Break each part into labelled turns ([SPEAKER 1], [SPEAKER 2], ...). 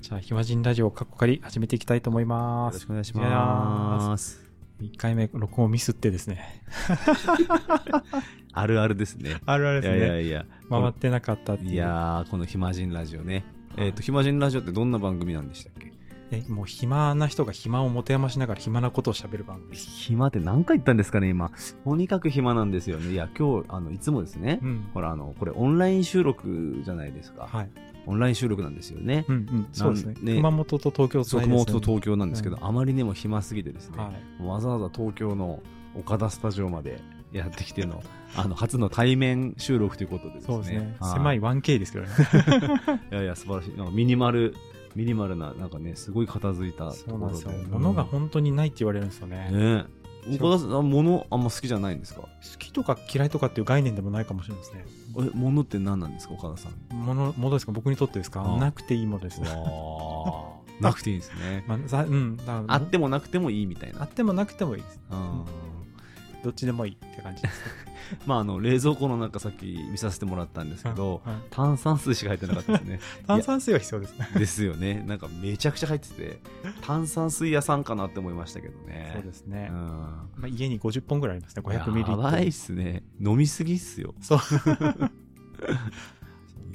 [SPEAKER 1] じゃあ、暇人ラジオをかっこかり始めていきたいと思い
[SPEAKER 2] よ
[SPEAKER 1] ま
[SPEAKER 2] ろし
[SPEAKER 1] す。
[SPEAKER 2] くお願いします。
[SPEAKER 1] 1回目、録音ミスってですね。
[SPEAKER 2] あるあるですね。
[SPEAKER 1] あるある
[SPEAKER 2] いやいやいや。
[SPEAKER 1] 回ってなかったっていう。
[SPEAKER 2] いやー、この暇人ラジオね。
[SPEAKER 1] はい
[SPEAKER 2] えっと、暇人ラジオってどんな番組なんでしたっけ
[SPEAKER 1] えもう暇な人が暇を持て余しながら暇なことを喋る番組です。
[SPEAKER 2] 暇って何回言ったんですかね、今。とにかく暇なんですよね。いや、今日、あの、いつもですね
[SPEAKER 1] う。ん。
[SPEAKER 2] ほら、あの、これオンライン収録じゃないですか。
[SPEAKER 1] はい。
[SPEAKER 2] オンライン収録なんですよね
[SPEAKER 1] う。んうん。そうですね。
[SPEAKER 2] ね
[SPEAKER 1] 熊本と東京つな
[SPEAKER 2] 即
[SPEAKER 1] いで
[SPEAKER 2] 毛
[SPEAKER 1] すね
[SPEAKER 2] と東京なんですけど
[SPEAKER 1] う、
[SPEAKER 2] あまりにも暇すぎてですね。
[SPEAKER 1] はい。
[SPEAKER 2] わざわざ東京の岡田スタジオまでやってきてのあの初の対面収録ということでですね
[SPEAKER 1] そうですね。
[SPEAKER 2] は
[SPEAKER 1] 狭
[SPEAKER 2] い
[SPEAKER 1] い 1K ですけどね。
[SPEAKER 2] いやいや素晴らしいなんかミニマルミニマルななんかねすごい片付いたと
[SPEAKER 1] そ
[SPEAKER 2] こ
[SPEAKER 1] うなん
[SPEAKER 2] ろ
[SPEAKER 1] で
[SPEAKER 2] です
[SPEAKER 1] よ。物が本当にないって言われるんですよね。
[SPEAKER 2] ねえ岡田さんあ物あんま好きじゃないんですか
[SPEAKER 1] 好きとか嫌いとかっていう概念でもないかもしれないですね。
[SPEAKER 2] え物って何なんですか岡田さん
[SPEAKER 1] 物、物ですか僕にとってですか
[SPEAKER 2] あ
[SPEAKER 1] なくていいものですね。
[SPEAKER 2] わーなくていいんですね
[SPEAKER 1] まあ、ざうん。だから
[SPEAKER 2] あってもなくてもいいみたい
[SPEAKER 1] あっ
[SPEAKER 2] な
[SPEAKER 1] てもなくてもいいです。
[SPEAKER 2] うん
[SPEAKER 1] どっちでもいいって感じです。
[SPEAKER 2] まああの冷蔵庫の中さっき見させてもらったんですけど
[SPEAKER 1] はい
[SPEAKER 2] 炭酸水しか入ってなかったです ね
[SPEAKER 1] 炭酸水は必要ですね。
[SPEAKER 2] ですよねなんかめちゃくちゃ入ってて炭酸水屋さんかなって思いましたけどね
[SPEAKER 1] そうですね
[SPEAKER 2] う。ん
[SPEAKER 1] まあ、家に50本ぐらいありますね。500ミリリット
[SPEAKER 2] や
[SPEAKER 1] ル。
[SPEAKER 2] ばいっすね飲みすぎっすよ
[SPEAKER 1] そう
[SPEAKER 2] いや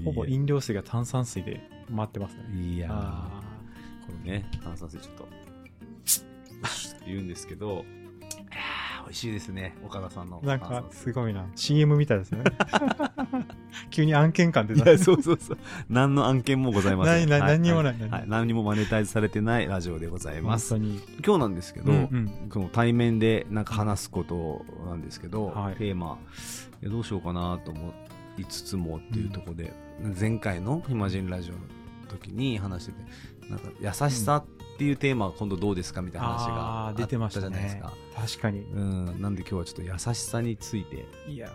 [SPEAKER 1] ほぼ飲料水が炭酸水で回ってますね。
[SPEAKER 2] いやー
[SPEAKER 1] あ
[SPEAKER 2] このね炭酸水ちょっとって言うんですけどあー美味しいですね岡田さんの
[SPEAKER 1] ーなん
[SPEAKER 2] 炭
[SPEAKER 1] か
[SPEAKER 2] 酸水
[SPEAKER 1] すごいな。CM みたいです ね。急に案件感出
[SPEAKER 2] い
[SPEAKER 1] た。
[SPEAKER 2] やそうそうそう何の案件もございません
[SPEAKER 1] ないない
[SPEAKER 2] はい
[SPEAKER 1] 何にもない
[SPEAKER 2] はい
[SPEAKER 1] 何にも
[SPEAKER 2] はい何にもマネタイズされてないラジオでございま
[SPEAKER 1] 本
[SPEAKER 2] す
[SPEAKER 1] 当に。
[SPEAKER 2] 今日なんですけど、
[SPEAKER 1] うんうん
[SPEAKER 2] この対面でなんか話すことなんですけど、
[SPEAKER 1] はい
[SPEAKER 2] テーマいやどうしようかなと思いつつもっていうところで、前回の「暇人ラジオ」の時に話しててなんか優しさっていうテーマは今度どうですかみたいな話があ
[SPEAKER 1] あ
[SPEAKER 2] っ
[SPEAKER 1] ー出てました
[SPEAKER 2] じゃないです
[SPEAKER 1] ね
[SPEAKER 2] か。。
[SPEAKER 1] 確かに。
[SPEAKER 2] うん、なんで今日はちょっと優しさについて
[SPEAKER 1] いや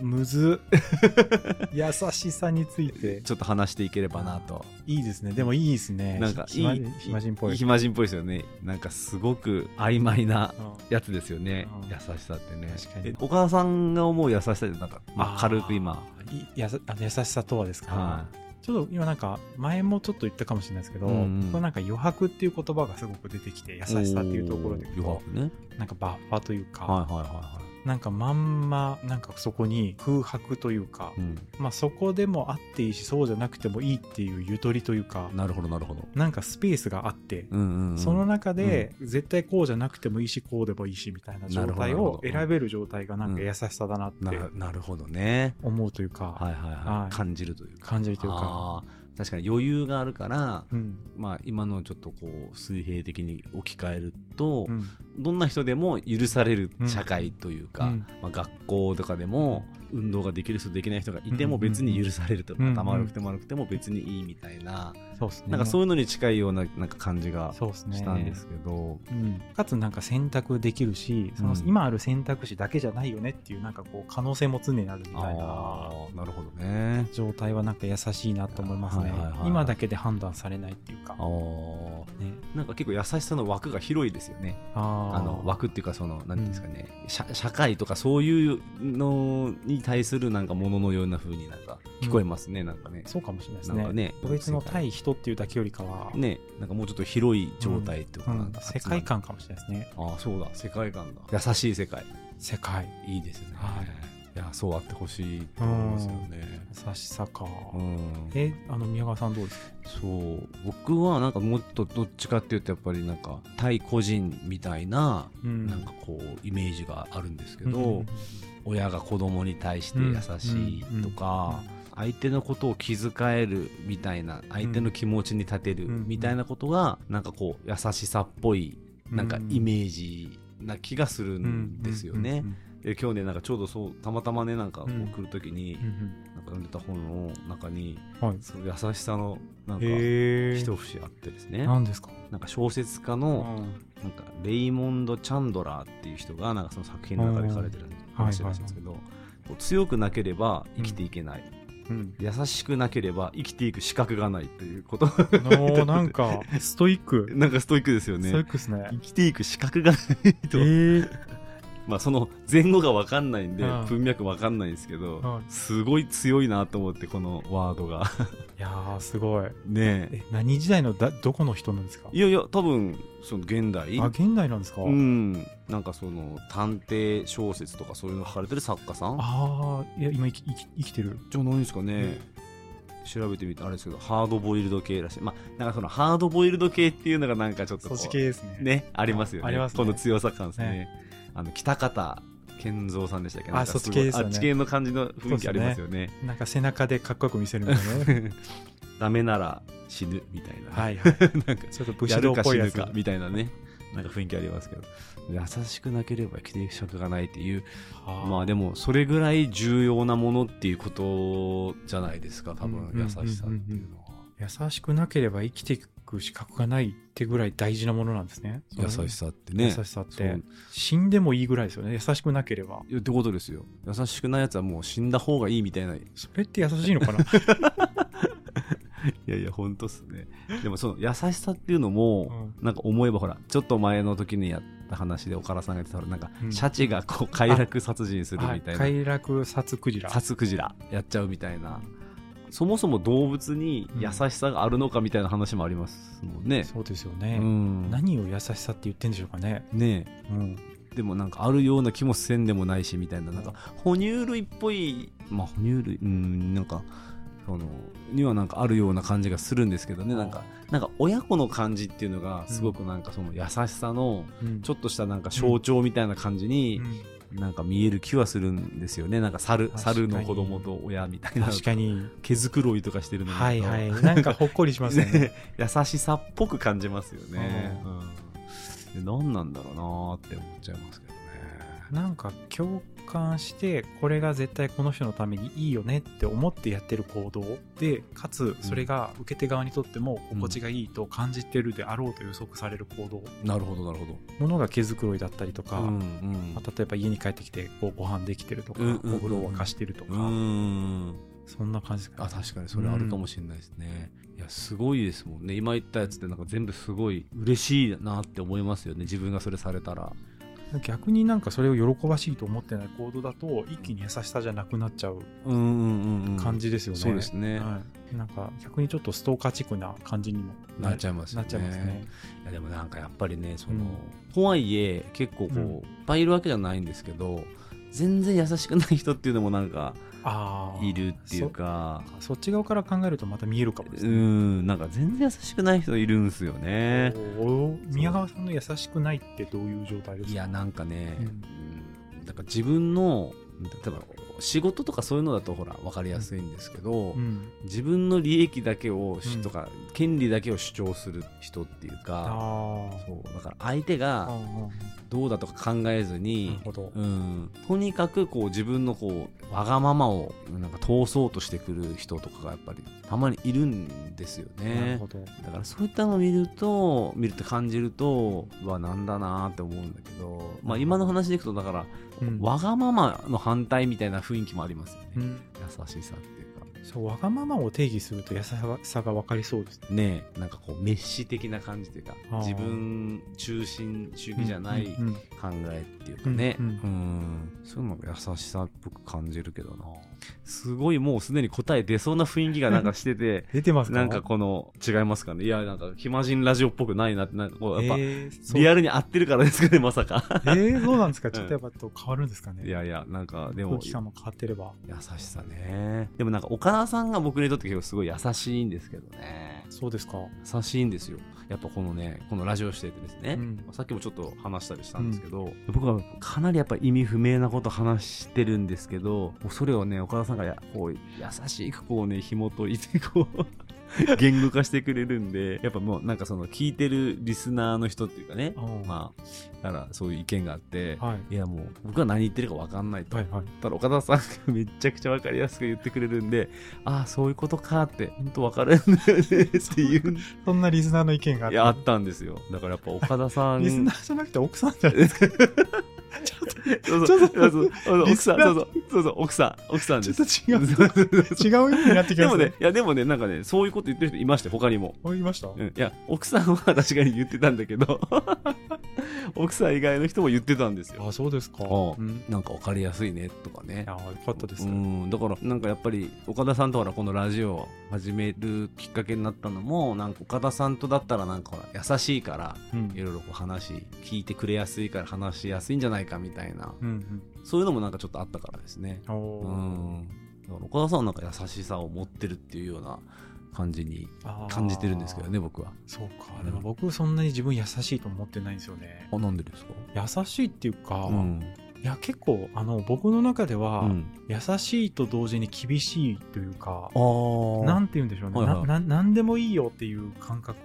[SPEAKER 1] ーむず っ優しさについて。
[SPEAKER 2] ちょっと話していければなと
[SPEAKER 1] いいですね。でもいいですね。
[SPEAKER 2] なんかい
[SPEAKER 1] 暇
[SPEAKER 2] い
[SPEAKER 1] 人暇人っぽい。
[SPEAKER 2] 暇人っぽいですよねなんかすごく曖昧な
[SPEAKER 1] うん
[SPEAKER 2] やつですよね
[SPEAKER 1] うん
[SPEAKER 2] 優しさってね
[SPEAKER 1] 確かに
[SPEAKER 2] え岡田さんが思う優しさってなんか、まあ、軽く今
[SPEAKER 1] ーいやさあの優しさとはですか、
[SPEAKER 2] は
[SPEAKER 1] ちょっと今なんか前もちょっと言ったかもしれないですけど、
[SPEAKER 2] うんうん
[SPEAKER 1] 僕はなんか余白っていう言葉がすごく出てきて優しさっていうところで
[SPEAKER 2] 余白ね
[SPEAKER 1] なんかバッファというか、
[SPEAKER 2] はいはいは
[SPEAKER 1] なんかまんまなんかそこに空白というか
[SPEAKER 2] いはい、、
[SPEAKER 1] まあ、そこでもあっていいしそうじゃなくてもいいっていうゆとりというか
[SPEAKER 2] うん、なるほどなるほど、
[SPEAKER 1] なんかスペースがあって、
[SPEAKER 2] うんうんうん、
[SPEAKER 1] その中で絶対こうじゃなくてもいいしこうでもいいしみたいな状態
[SPEAKER 2] なるほ
[SPEAKER 1] を
[SPEAKER 2] ど
[SPEAKER 1] 選べる状態がなんか優しさだなっ
[SPEAKER 2] な
[SPEAKER 1] て
[SPEAKER 2] なるほどね
[SPEAKER 1] 思うというか
[SPEAKER 2] はいはいはい、
[SPEAKER 1] はい
[SPEAKER 2] 感じるというか
[SPEAKER 1] 感じるというか、
[SPEAKER 2] あー確かに余裕があるから、
[SPEAKER 1] うん
[SPEAKER 2] まあ、今のちょっとこう水平的に置き換えると、
[SPEAKER 1] うん
[SPEAKER 2] どんな人でも許される社会というか、
[SPEAKER 1] うん
[SPEAKER 2] まあ、学校とかでも運動ができる人できない人がいても
[SPEAKER 1] うんうんうん
[SPEAKER 2] 別に許されると、
[SPEAKER 1] うんうん
[SPEAKER 2] 頭悪くても悪くても別にいいみたいな,、
[SPEAKER 1] そうですね
[SPEAKER 2] なんかそういうのに近いようななんか感じが
[SPEAKER 1] そうですね
[SPEAKER 2] したんですけど、
[SPEAKER 1] うん、かつなんか選択できるしその
[SPEAKER 2] うん
[SPEAKER 1] 今ある選択肢だけじゃないよねっていうなんかこう可能性も常にあるみたいな
[SPEAKER 2] あーなるほどね
[SPEAKER 1] 状態はなんか優しいなと思いますね、
[SPEAKER 2] はいはいはいはい
[SPEAKER 1] 今だけで判断されないっていうか
[SPEAKER 2] あ、ー
[SPEAKER 1] ね、
[SPEAKER 2] なんか結構優しさの枠が広いですよね
[SPEAKER 1] あ
[SPEAKER 2] あの枠っていうかその何ていうんですかね、社社会とかそういうのに対するなんかもののような風になんか聞こえますね、なんかね
[SPEAKER 1] そうかもしれないです
[SPEAKER 2] なん
[SPEAKER 1] ね
[SPEAKER 2] かね
[SPEAKER 1] 個別の対人っていうだけよりかは、
[SPEAKER 2] ねなんかもうちょっと広い状態とい
[SPEAKER 1] う
[SPEAKER 2] うかなん
[SPEAKER 1] ん
[SPEAKER 2] か、
[SPEAKER 1] 世界観かもしれないですね
[SPEAKER 2] ああそうだ世界観だ優しい世界
[SPEAKER 1] 世界
[SPEAKER 2] いいですね、
[SPEAKER 1] はい
[SPEAKER 2] い、やそうあってほしいと思いますよね
[SPEAKER 1] 優しさか、
[SPEAKER 2] うん
[SPEAKER 1] えあの宮川さんどうですか
[SPEAKER 2] そう僕はなんかもっとどっちかっていうとやっぱりなんか対個人みたいな
[SPEAKER 1] うん
[SPEAKER 2] なんかこうイメージがあるんですけ
[SPEAKER 1] うん
[SPEAKER 2] ど、親が子供に対して優しいとか、相手のことを気遣えるみたいな相手の気持ちに立てる
[SPEAKER 1] うん
[SPEAKER 2] みたいなことがなんかこう優しさっぽいなんかイメージな気がする
[SPEAKER 1] うん
[SPEAKER 2] ですよね。で今日ねなんかちょうどそうたまたまねなんかこ
[SPEAKER 1] うん
[SPEAKER 2] う来る時に
[SPEAKER 1] うんうん
[SPEAKER 2] なんか読んでた本の中に
[SPEAKER 1] うんはい
[SPEAKER 2] その優しさのなんか
[SPEAKER 1] へ
[SPEAKER 2] 一節あってですね
[SPEAKER 1] 何ですか
[SPEAKER 2] なんか小説家の
[SPEAKER 1] うん
[SPEAKER 2] なんかレイモンド・チャンドラーっていう人がなんかその作品の中で書かれてる話らしいんですけど、こう強くなければ生きていけな
[SPEAKER 1] う
[SPEAKER 2] い、
[SPEAKER 1] ん
[SPEAKER 2] 優しくなければ生きていく資格がないということ
[SPEAKER 1] のなんか、 ストイック。
[SPEAKER 2] なんかストイックですよ
[SPEAKER 1] ストイ
[SPEAKER 2] ね
[SPEAKER 1] ックですね。
[SPEAKER 2] 生きていく資格がない
[SPEAKER 1] え
[SPEAKER 2] と、
[SPEAKER 1] ー、
[SPEAKER 2] まあその前後が分かんないんで
[SPEAKER 1] うん
[SPEAKER 2] 文脈分かんないんですけど、
[SPEAKER 1] うん
[SPEAKER 2] すごい強いなと思ってこのワードが
[SPEAKER 1] いやー、すごい。
[SPEAKER 2] ねえ
[SPEAKER 1] え、何時代のだどこの人なんですか
[SPEAKER 2] いやいや多分その現代
[SPEAKER 1] あ、現代なんですか、
[SPEAKER 2] うんなんかその探偵小説とかそういうの書かれてる作家さん
[SPEAKER 1] ああ、いや、今生き生き生きてる。
[SPEAKER 2] じゃないですかね、調べてみたらあれですけどハードボイルド系らしいまあなんかそのハードボイルド系っていうのがなんかちょっとこう
[SPEAKER 1] ですね
[SPEAKER 2] ねありますよね
[SPEAKER 1] ありますね
[SPEAKER 2] この強さ感ですね
[SPEAKER 1] ね
[SPEAKER 2] あの北方健三さんでしたっけ
[SPEAKER 1] あ
[SPEAKER 2] なんか
[SPEAKER 1] そっち系ですよね
[SPEAKER 2] ごいあっち系の感じの雰囲気ありますよね
[SPEAKER 1] なんか背中でかっこよく見せるみたいな ね。
[SPEAKER 2] ダメなら死ぬみたいな、
[SPEAKER 1] はいはい。
[SPEAKER 2] なんか
[SPEAKER 1] ちょっと武士
[SPEAKER 2] やる
[SPEAKER 1] 道っ
[SPEAKER 2] か
[SPEAKER 1] ぽ
[SPEAKER 2] 死
[SPEAKER 1] いや
[SPEAKER 2] ぬ
[SPEAKER 1] つ。
[SPEAKER 2] かみたいなねなんか雰囲気ありますけど優しくなければ希釈がないっていうまあ
[SPEAKER 1] で
[SPEAKER 2] でもそれぐらい重要なものっていうことじゃないですか多分
[SPEAKER 1] うん
[SPEAKER 2] 優しさっていうのは
[SPEAKER 1] 優しくなければ生きていく資格がないってぐらい大事なものなんですね。
[SPEAKER 2] 優
[SPEAKER 1] その
[SPEAKER 2] しさってね
[SPEAKER 1] 優しさっ
[SPEAKER 2] そ
[SPEAKER 1] て
[SPEAKER 2] う。
[SPEAKER 1] 死んでもいいぐらいですよね。優しくなければ。
[SPEAKER 2] いやってことですよ優しくないやつはもう死んだ方がいいみたいない
[SPEAKER 1] それって優しいの かな
[SPEAKER 2] やいやほんとっすねでもその優しさっていうのも、
[SPEAKER 1] う
[SPEAKER 2] なんか思えばほらちょっと前の時にやった話で岡田さんが言ってたほらなんか、
[SPEAKER 1] うん
[SPEAKER 2] シャチがこう快楽殺人するみたいな
[SPEAKER 1] 快楽殺クジラ。
[SPEAKER 2] 殺クジラやっちゃうみたいなそもそも動物に優しさがあるのかみたいな話もありますもんね、
[SPEAKER 1] そうですよ
[SPEAKER 2] う
[SPEAKER 1] ね。
[SPEAKER 2] ん
[SPEAKER 1] 何を優しさって言ってんでしょうかね。
[SPEAKER 2] ね
[SPEAKER 1] うん。
[SPEAKER 2] えでもなんかあるような気もせんでもないしみたいななんか哺乳類っぽいまあ哺乳類うんなんかそのにはなんかあるような感じがするんですけどねなんかなんか親子の感じっていうのがすごくなんかその優しさの
[SPEAKER 1] うん
[SPEAKER 2] ちょっとしたなんか象徴みたいな感じに
[SPEAKER 1] うん
[SPEAKER 2] なんか見える気はするんですよねなんか猿
[SPEAKER 1] 確かに
[SPEAKER 2] 猿の子供と親みたいな
[SPEAKER 1] 確かに。
[SPEAKER 2] 毛づくろいとかしてるの
[SPEAKER 1] はいはい。なんかほっこりしますよね。
[SPEAKER 2] ね優しさっぽく感じますよね、うん、で何なんだろうなーって思っちゃいますけどね
[SPEAKER 1] なんか共感してこれが絶対この人のためにいいよねって思ってやってる行動でかつそれが受け手側にとっても心地がいいと感じてるであろうと予測される行動
[SPEAKER 2] なるほどなるほど
[SPEAKER 1] ものが毛づくろいだったりとか、
[SPEAKER 2] うん
[SPEAKER 1] まあ、例えば家に帰ってきてこうご飯できてるとか、
[SPEAKER 2] うんうんうん
[SPEAKER 1] お風呂沸かしてるとか、
[SPEAKER 2] うんうん
[SPEAKER 1] そんな感じですか
[SPEAKER 2] あ
[SPEAKER 1] ね
[SPEAKER 2] 確かにそれあるかもしれないですね、いやすごいですもんね今言ったやつってなんか全部すごい嬉しいなって思いますよね自分がそれされたら
[SPEAKER 1] 逆になんかそれを喜ばしいと思ってない行動だと一気に優しさじゃなくなっちゃう
[SPEAKER 2] うんうんうん
[SPEAKER 1] 感じですよね、
[SPEAKER 2] そうですね、
[SPEAKER 1] はい、なんか逆にちょっとストーカーチックな感じにも
[SPEAKER 2] なっちゃいますよ
[SPEAKER 1] なっちゃいますね
[SPEAKER 2] いやでもなんかやっぱりねその、
[SPEAKER 1] うん
[SPEAKER 2] とはいえ結構こう、
[SPEAKER 1] うん
[SPEAKER 2] いっぱいいるわけじゃないんですけど全然優しくない人っていうのもなんか
[SPEAKER 1] ああ
[SPEAKER 2] いるっていうか
[SPEAKER 1] そっち側から考えるとまた見えるかも
[SPEAKER 2] う
[SPEAKER 1] ですね、
[SPEAKER 2] んなんか全然優しくない人いるんですよね
[SPEAKER 1] おー宮川さんの優しくないってどういう状態ですか
[SPEAKER 2] いやなんかね、
[SPEAKER 1] うん
[SPEAKER 2] うん、なんか自分の例えば仕事とかそういうのだとほら分かりやすいんですけど、
[SPEAKER 1] うん、
[SPEAKER 2] 自分の利益だけをし、
[SPEAKER 1] うん
[SPEAKER 2] とか権利だけを主張する人っていうか
[SPEAKER 1] あ
[SPEAKER 2] そうだから相手
[SPEAKER 1] あ
[SPEAKER 2] が
[SPEAKER 1] うんうん
[SPEAKER 2] どうだとか考えずに、
[SPEAKER 1] なるほど、
[SPEAKER 2] うん、とにかくこう自分のこうわがままをなんか通そうとしてくる人とかがやっぱりたまにいるんですよ
[SPEAKER 1] なる
[SPEAKER 2] ね
[SPEAKER 1] ほど
[SPEAKER 2] だからそういったのを見ると見ると感じるとうわなんだなーって思うんだけど、まあ、今の話でいくとだから、
[SPEAKER 1] うん
[SPEAKER 2] わがままの反対みたいな雰囲気もありますよね、
[SPEAKER 1] うん
[SPEAKER 2] 優しさっていうか
[SPEAKER 1] そうわがままを定義すると優しさが分かりそうですね
[SPEAKER 2] ねえなんかこうメッシ的な感じというか
[SPEAKER 1] あー
[SPEAKER 2] 自分中心主義じゃない、
[SPEAKER 1] うんうんうん
[SPEAKER 2] 考えっていうかね、う
[SPEAKER 1] うんん
[SPEAKER 2] そういうのが優しさっぽく感じるけどなすごいもうすでに答え出そうな雰囲気がなんかしてて
[SPEAKER 1] 出てますか
[SPEAKER 2] なんかこの違いますかねいやなんか暇人ラジオっぽくないなってなんかこうやっぱ、
[SPEAKER 1] えーそう
[SPEAKER 2] リアルに合ってるからですかねまさか
[SPEAKER 1] えーそうなんですかちょっとやっぱと変わるんですかね
[SPEAKER 2] いやいやなんかで
[SPEAKER 1] 空
[SPEAKER 2] も
[SPEAKER 1] 気感も変わってれば
[SPEAKER 2] 優しさねでもなんか岡田さんが僕にとって結構すごい優しいんですけどね
[SPEAKER 1] そうですか
[SPEAKER 2] 優しいんですよやっぱこのねこのラジオしててですね、
[SPEAKER 1] うん
[SPEAKER 2] さっきもちょっと話したりしたんですけど、僕はかなりやっぱ意味不明なこと話してるんですけどもうそれをね岡田さんがやこう優しくこうね紐解いてこう 言語化してくれるんでやっぱもうなんかその聞いてるリスナーの人っていうかね
[SPEAKER 1] あ
[SPEAKER 2] まあだからそういう意見があって、
[SPEAKER 1] はい
[SPEAKER 2] い、やもう僕は何言ってるか分かんないと、
[SPEAKER 1] はいはい
[SPEAKER 2] ただ岡田さんが めちゃくちゃ分かりやすく言ってくれるんでああそういうことかって本当分かるんだよねっていう
[SPEAKER 1] そんなリスナーの意見があっ
[SPEAKER 2] い
[SPEAKER 1] て
[SPEAKER 2] やあったんですよだからやっぱ岡田さん
[SPEAKER 1] リスナーじゃなくて奥さんじゃないですかちょっと
[SPEAKER 2] そう
[SPEAKER 1] ち
[SPEAKER 2] そ
[SPEAKER 1] ょ
[SPEAKER 2] う
[SPEAKER 1] っと
[SPEAKER 2] そうそう奥さんそうそうそうそう奥さん奥さん
[SPEAKER 1] ち
[SPEAKER 2] で
[SPEAKER 1] ょ
[SPEAKER 2] す
[SPEAKER 1] っと違う違う意味になってき
[SPEAKER 2] で
[SPEAKER 1] ま
[SPEAKER 2] も
[SPEAKER 1] す
[SPEAKER 2] ね、いやでもね、なんかね、そういうこと言ってる人いまして、他にも。
[SPEAKER 1] 思いました、
[SPEAKER 2] うん、いや、奥さんは確かに言ってたんだけど、 奥さん以外の人も言ってたんですよ。
[SPEAKER 1] あそうですか、
[SPEAKER 2] あ
[SPEAKER 1] うん、い
[SPEAKER 2] なんか分かりやすいねとかね
[SPEAKER 1] や。よかったです、
[SPEAKER 2] うん、だからなんかやっぱり岡田さんとほらこのラジオを始めるきっかけになったのもなんか岡田さんとだったらなんかほら優しいから
[SPEAKER 1] うん
[SPEAKER 2] いろいろこう話聞いてくれやすいから話しやすいんじゃないかみたいな
[SPEAKER 1] うん
[SPEAKER 2] そういうのもなんかちょっとあったからですね
[SPEAKER 1] うんお
[SPEAKER 2] う
[SPEAKER 1] ー
[SPEAKER 2] んだから岡田さんはなんか優しさを持ってるっていうような感じに
[SPEAKER 1] あー
[SPEAKER 2] 感じてるんですけどね僕は
[SPEAKER 1] そうかでも僕そんなに自分優しいと思ってないんですよね
[SPEAKER 2] あなんでですか
[SPEAKER 1] 優しいっていうか、
[SPEAKER 2] うん
[SPEAKER 1] いや結構あの僕の中では、
[SPEAKER 2] うん
[SPEAKER 1] 優しいと同時に厳しいというか
[SPEAKER 2] あー
[SPEAKER 1] なんて言うんでしょうね、
[SPEAKER 2] はいはい
[SPEAKER 1] なななんでもいいよっていう感覚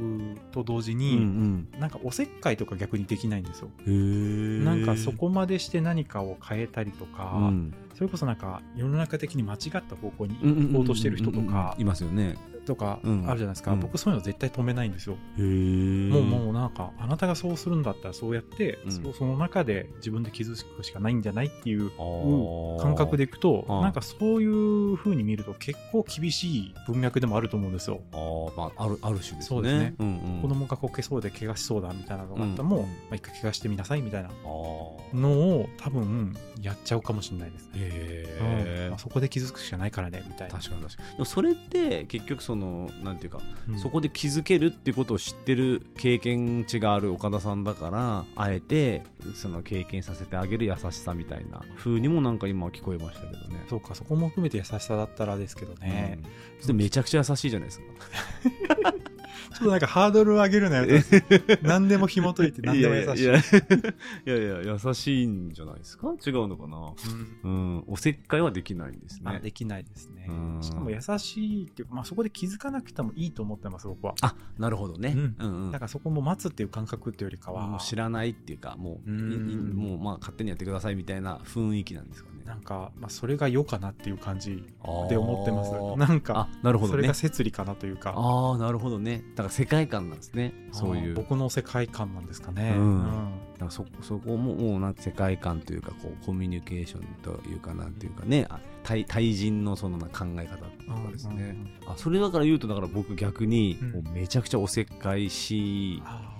[SPEAKER 1] と同時
[SPEAKER 2] う
[SPEAKER 1] に、
[SPEAKER 2] ん
[SPEAKER 1] なんかおせっかいとか逆にできないんですよ、
[SPEAKER 2] うんへえ
[SPEAKER 1] なんかそこまでして何かを変えたりとか、
[SPEAKER 2] うん
[SPEAKER 1] それこそなんか世の中的に間違った方向に行こうとしてる人とか
[SPEAKER 2] いますよね
[SPEAKER 1] とかあ
[SPEAKER 2] う
[SPEAKER 1] る
[SPEAKER 2] ん
[SPEAKER 1] じゃないですか、
[SPEAKER 2] うん
[SPEAKER 1] 僕そういうの絶対止めないんですよ、
[SPEAKER 2] へえ
[SPEAKER 1] も
[SPEAKER 2] も
[SPEAKER 1] うもうなんかあなたがそうするんだったらそうやって、
[SPEAKER 2] うん
[SPEAKER 1] そうその中で自分で傷つくしかないんじゃないっていう
[SPEAKER 2] う
[SPEAKER 1] 感覚でいくと
[SPEAKER 2] あー
[SPEAKER 1] なんかそういう風に見ると結構厳しい文脈でもあると思うんですよ。
[SPEAKER 2] あー、まあ、あるある種ですね
[SPEAKER 1] そうですね
[SPEAKER 2] うんうん、
[SPEAKER 1] 子供がこけそうで怪我しそうだみたいなのがあったら
[SPEAKER 2] うん
[SPEAKER 1] もう、まあ、一回怪我してみなさいみたいな
[SPEAKER 2] あー
[SPEAKER 1] のを多分やっちゃうかもしれないですね。うん
[SPEAKER 2] へえ
[SPEAKER 1] まあ、そこで傷つくしかないからねみたいな。
[SPEAKER 2] 確かに確かにでもそれって結局そのなんていうか、
[SPEAKER 1] うん
[SPEAKER 2] そこで気づけるってことを知ってる経験値がある岡田さんだからあえてその経験させてあげる優しさみたいな風にもなんか今は聞こえましたけどね
[SPEAKER 1] そうかそこも含めて優しさだったらですけどね、
[SPEAKER 2] うんそしてめちゃくちゃ優しいじゃないですか
[SPEAKER 1] ちょっとなんかハードルを上げるなよ 何でも紐解いて何でも優しい
[SPEAKER 2] いやいやいやいや優しいんじゃないですか違うのかな
[SPEAKER 1] うん
[SPEAKER 2] うんおせっかいはできないんです
[SPEAKER 1] まあ
[SPEAKER 2] ね
[SPEAKER 1] できないですね
[SPEAKER 2] うん
[SPEAKER 1] しかも優しいっていうか、まあ、そこで気づかなくてもいいと思ってます僕は
[SPEAKER 2] あなるほどね
[SPEAKER 1] うん
[SPEAKER 2] うんうん
[SPEAKER 1] だからそこも待つっていう感覚っていうよりかは、
[SPEAKER 2] もう知らないっていうかもう
[SPEAKER 1] うん
[SPEAKER 2] いいもうまあ勝手にやってくださいみたいな雰囲気なんですかね
[SPEAKER 1] なんか、まあ、それが良かなっていう感じ
[SPEAKER 2] あー
[SPEAKER 1] で思ってます。なんか、
[SPEAKER 2] あなるほど
[SPEAKER 1] それ
[SPEAKER 2] ね
[SPEAKER 1] が摂理かなというか、
[SPEAKER 2] ああなるほどねだから世界観なんですねそうい
[SPEAKER 1] あー
[SPEAKER 2] う
[SPEAKER 1] 僕の世界観なんですかね。
[SPEAKER 2] うん
[SPEAKER 1] うん
[SPEAKER 2] なんかそそこももうなんか世界観というかこうコミュニケーションというかなんていうかねあ対対人のそのな考え方とかですね、
[SPEAKER 1] うんうん
[SPEAKER 2] あそれだから言うとだから僕逆に
[SPEAKER 1] うん
[SPEAKER 2] もうめちゃくちゃおせっかいし、
[SPEAKER 1] あ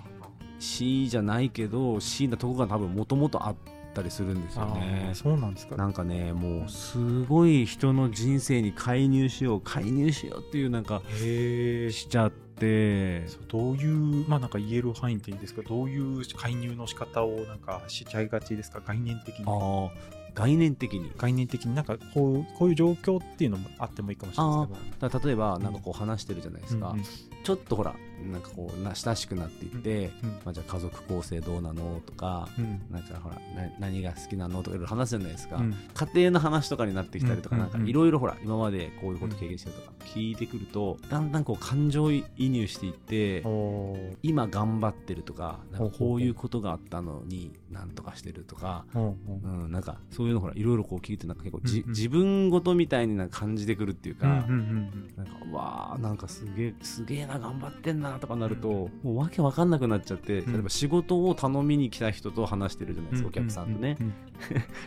[SPEAKER 2] しじゃないけどしなとこが多分もともとあったりするんです
[SPEAKER 1] ー
[SPEAKER 2] よ
[SPEAKER 1] あー、
[SPEAKER 2] ね
[SPEAKER 1] そうなんですか。
[SPEAKER 2] なんかねもうすごい人の人生に介入しよう介入しようっていうなんか
[SPEAKER 1] へえ。
[SPEAKER 2] しちゃって
[SPEAKER 1] そうどういう、まあなんか言える範囲っていいんですけど、どういう介入の仕方をなんかしちゃいがちですか、概念的に
[SPEAKER 2] あ。ー概念的に
[SPEAKER 1] 概念的になんかこうこういう状況っていうのもあってもいいかもしれないですけど
[SPEAKER 2] だから例えばなんかこう話してるじゃないですか、
[SPEAKER 1] うんうん
[SPEAKER 2] ちょっとほらなんかこうな親しくなっていって、
[SPEAKER 1] うん
[SPEAKER 2] まあ、じゃあ家族構成どうなのとか
[SPEAKER 1] うん
[SPEAKER 2] なんかほらな何が好きなのとかいろいろ話すじゃないですか、
[SPEAKER 1] うん
[SPEAKER 2] 家庭の話とかになってきたりとか、
[SPEAKER 1] うん
[SPEAKER 2] なんか
[SPEAKER 1] うん
[SPEAKER 2] いろいろほら、今までこういうこと経験してるとか聞いてくると、だんだんこう感情移入していって、
[SPEAKER 1] おー
[SPEAKER 2] 今頑張ってるとか、なんか
[SPEAKER 1] ほうほうほ
[SPEAKER 2] こ
[SPEAKER 1] う
[SPEAKER 2] ういうことがあったのに、なんとかしてるとか、
[SPEAKER 1] うんうん
[SPEAKER 2] うん、なんかそういうのほら、いろいろこう聞いて、なんか結構
[SPEAKER 1] う
[SPEAKER 2] じ
[SPEAKER 1] んうん
[SPEAKER 2] 自分ごとみたいになんか感じてくるっていう
[SPEAKER 1] うんうん
[SPEAKER 2] か
[SPEAKER 1] う、ん
[SPEAKER 2] なんか、わあなんかすげえ、すげえな、頑張ってんな、とかなると、もうわけわかんなくなっちゃって、
[SPEAKER 1] うん
[SPEAKER 2] 例えば仕事を頼みに来た人と話してるじゃないですか、お客さんとね
[SPEAKER 1] う。う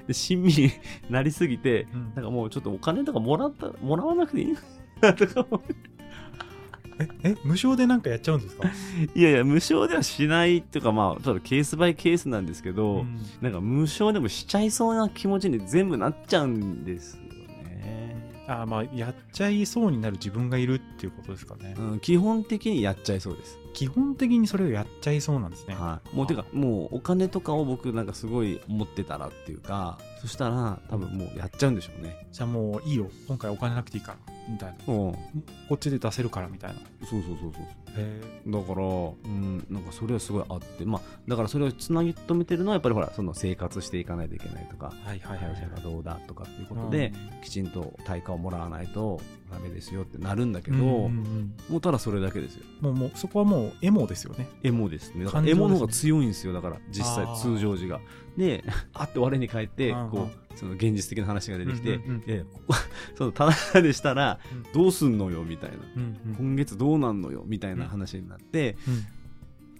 [SPEAKER 2] で、親身になりすぎて、
[SPEAKER 1] うんうん
[SPEAKER 2] なんかもうちょっとお金とかもらったもらわなくていいの かなとか思
[SPEAKER 1] ええ無償でなんかやっちゃうんですか、
[SPEAKER 2] ういやいや無償ではしないっていうかまあちょっとケースバイケースなんですけ
[SPEAKER 1] う
[SPEAKER 2] ど、
[SPEAKER 1] ん
[SPEAKER 2] なんか無償でもしちゃいそうな気持ちに全部なっちゃうんですよね、
[SPEAKER 1] あーまあやっちゃいそうになる自分がいるっていうことですかね、
[SPEAKER 2] うん、基本的にやっちゃいそうです、
[SPEAKER 1] 基本的にそれをやっちゃいそうなんですね、
[SPEAKER 2] はい、もうてかもうお金とかを僕なんかすごい持ってたらっていうかそしたら多分もうやっちゃうんでしょうね
[SPEAKER 1] じゃあもういいよ今回お金なくていいからみたいな
[SPEAKER 2] うん
[SPEAKER 1] こっちで出せるからみたいなへ
[SPEAKER 2] そうそうそうそう
[SPEAKER 1] え
[SPEAKER 2] だから、うん、なんかそれはすごいあって、まあ、だからそれをつなぎ止めてるのは、やっぱりほら、その生活していかないといけないとか、
[SPEAKER 1] はいはいはい
[SPEAKER 2] 会
[SPEAKER 1] はい
[SPEAKER 2] 社がどうだとかっていうことで、きちんと対価をもらわないとダメですよってなるんだけ
[SPEAKER 1] う
[SPEAKER 2] ど、
[SPEAKER 1] んうんうんうん
[SPEAKER 2] もうただそれだけですよ。
[SPEAKER 1] もうもうそこはもうエモですよね
[SPEAKER 2] エモですね。だか
[SPEAKER 1] 感
[SPEAKER 2] ら
[SPEAKER 1] 情
[SPEAKER 2] エモの
[SPEAKER 1] です
[SPEAKER 2] 方
[SPEAKER 1] ね
[SPEAKER 2] が強いんですよ、だから実際
[SPEAKER 1] あー、
[SPEAKER 2] 通常時が。で、 あって我に返って
[SPEAKER 1] うんうん、
[SPEAKER 2] こう、その現実的な話が出てきて、
[SPEAKER 1] うんうんうん
[SPEAKER 2] いやいやここ その、ただでしたら
[SPEAKER 1] うん、
[SPEAKER 2] どうすんのよ、みたいな。
[SPEAKER 1] うんうん
[SPEAKER 2] 今月どうなんのよ、みたいな話になって、
[SPEAKER 1] うん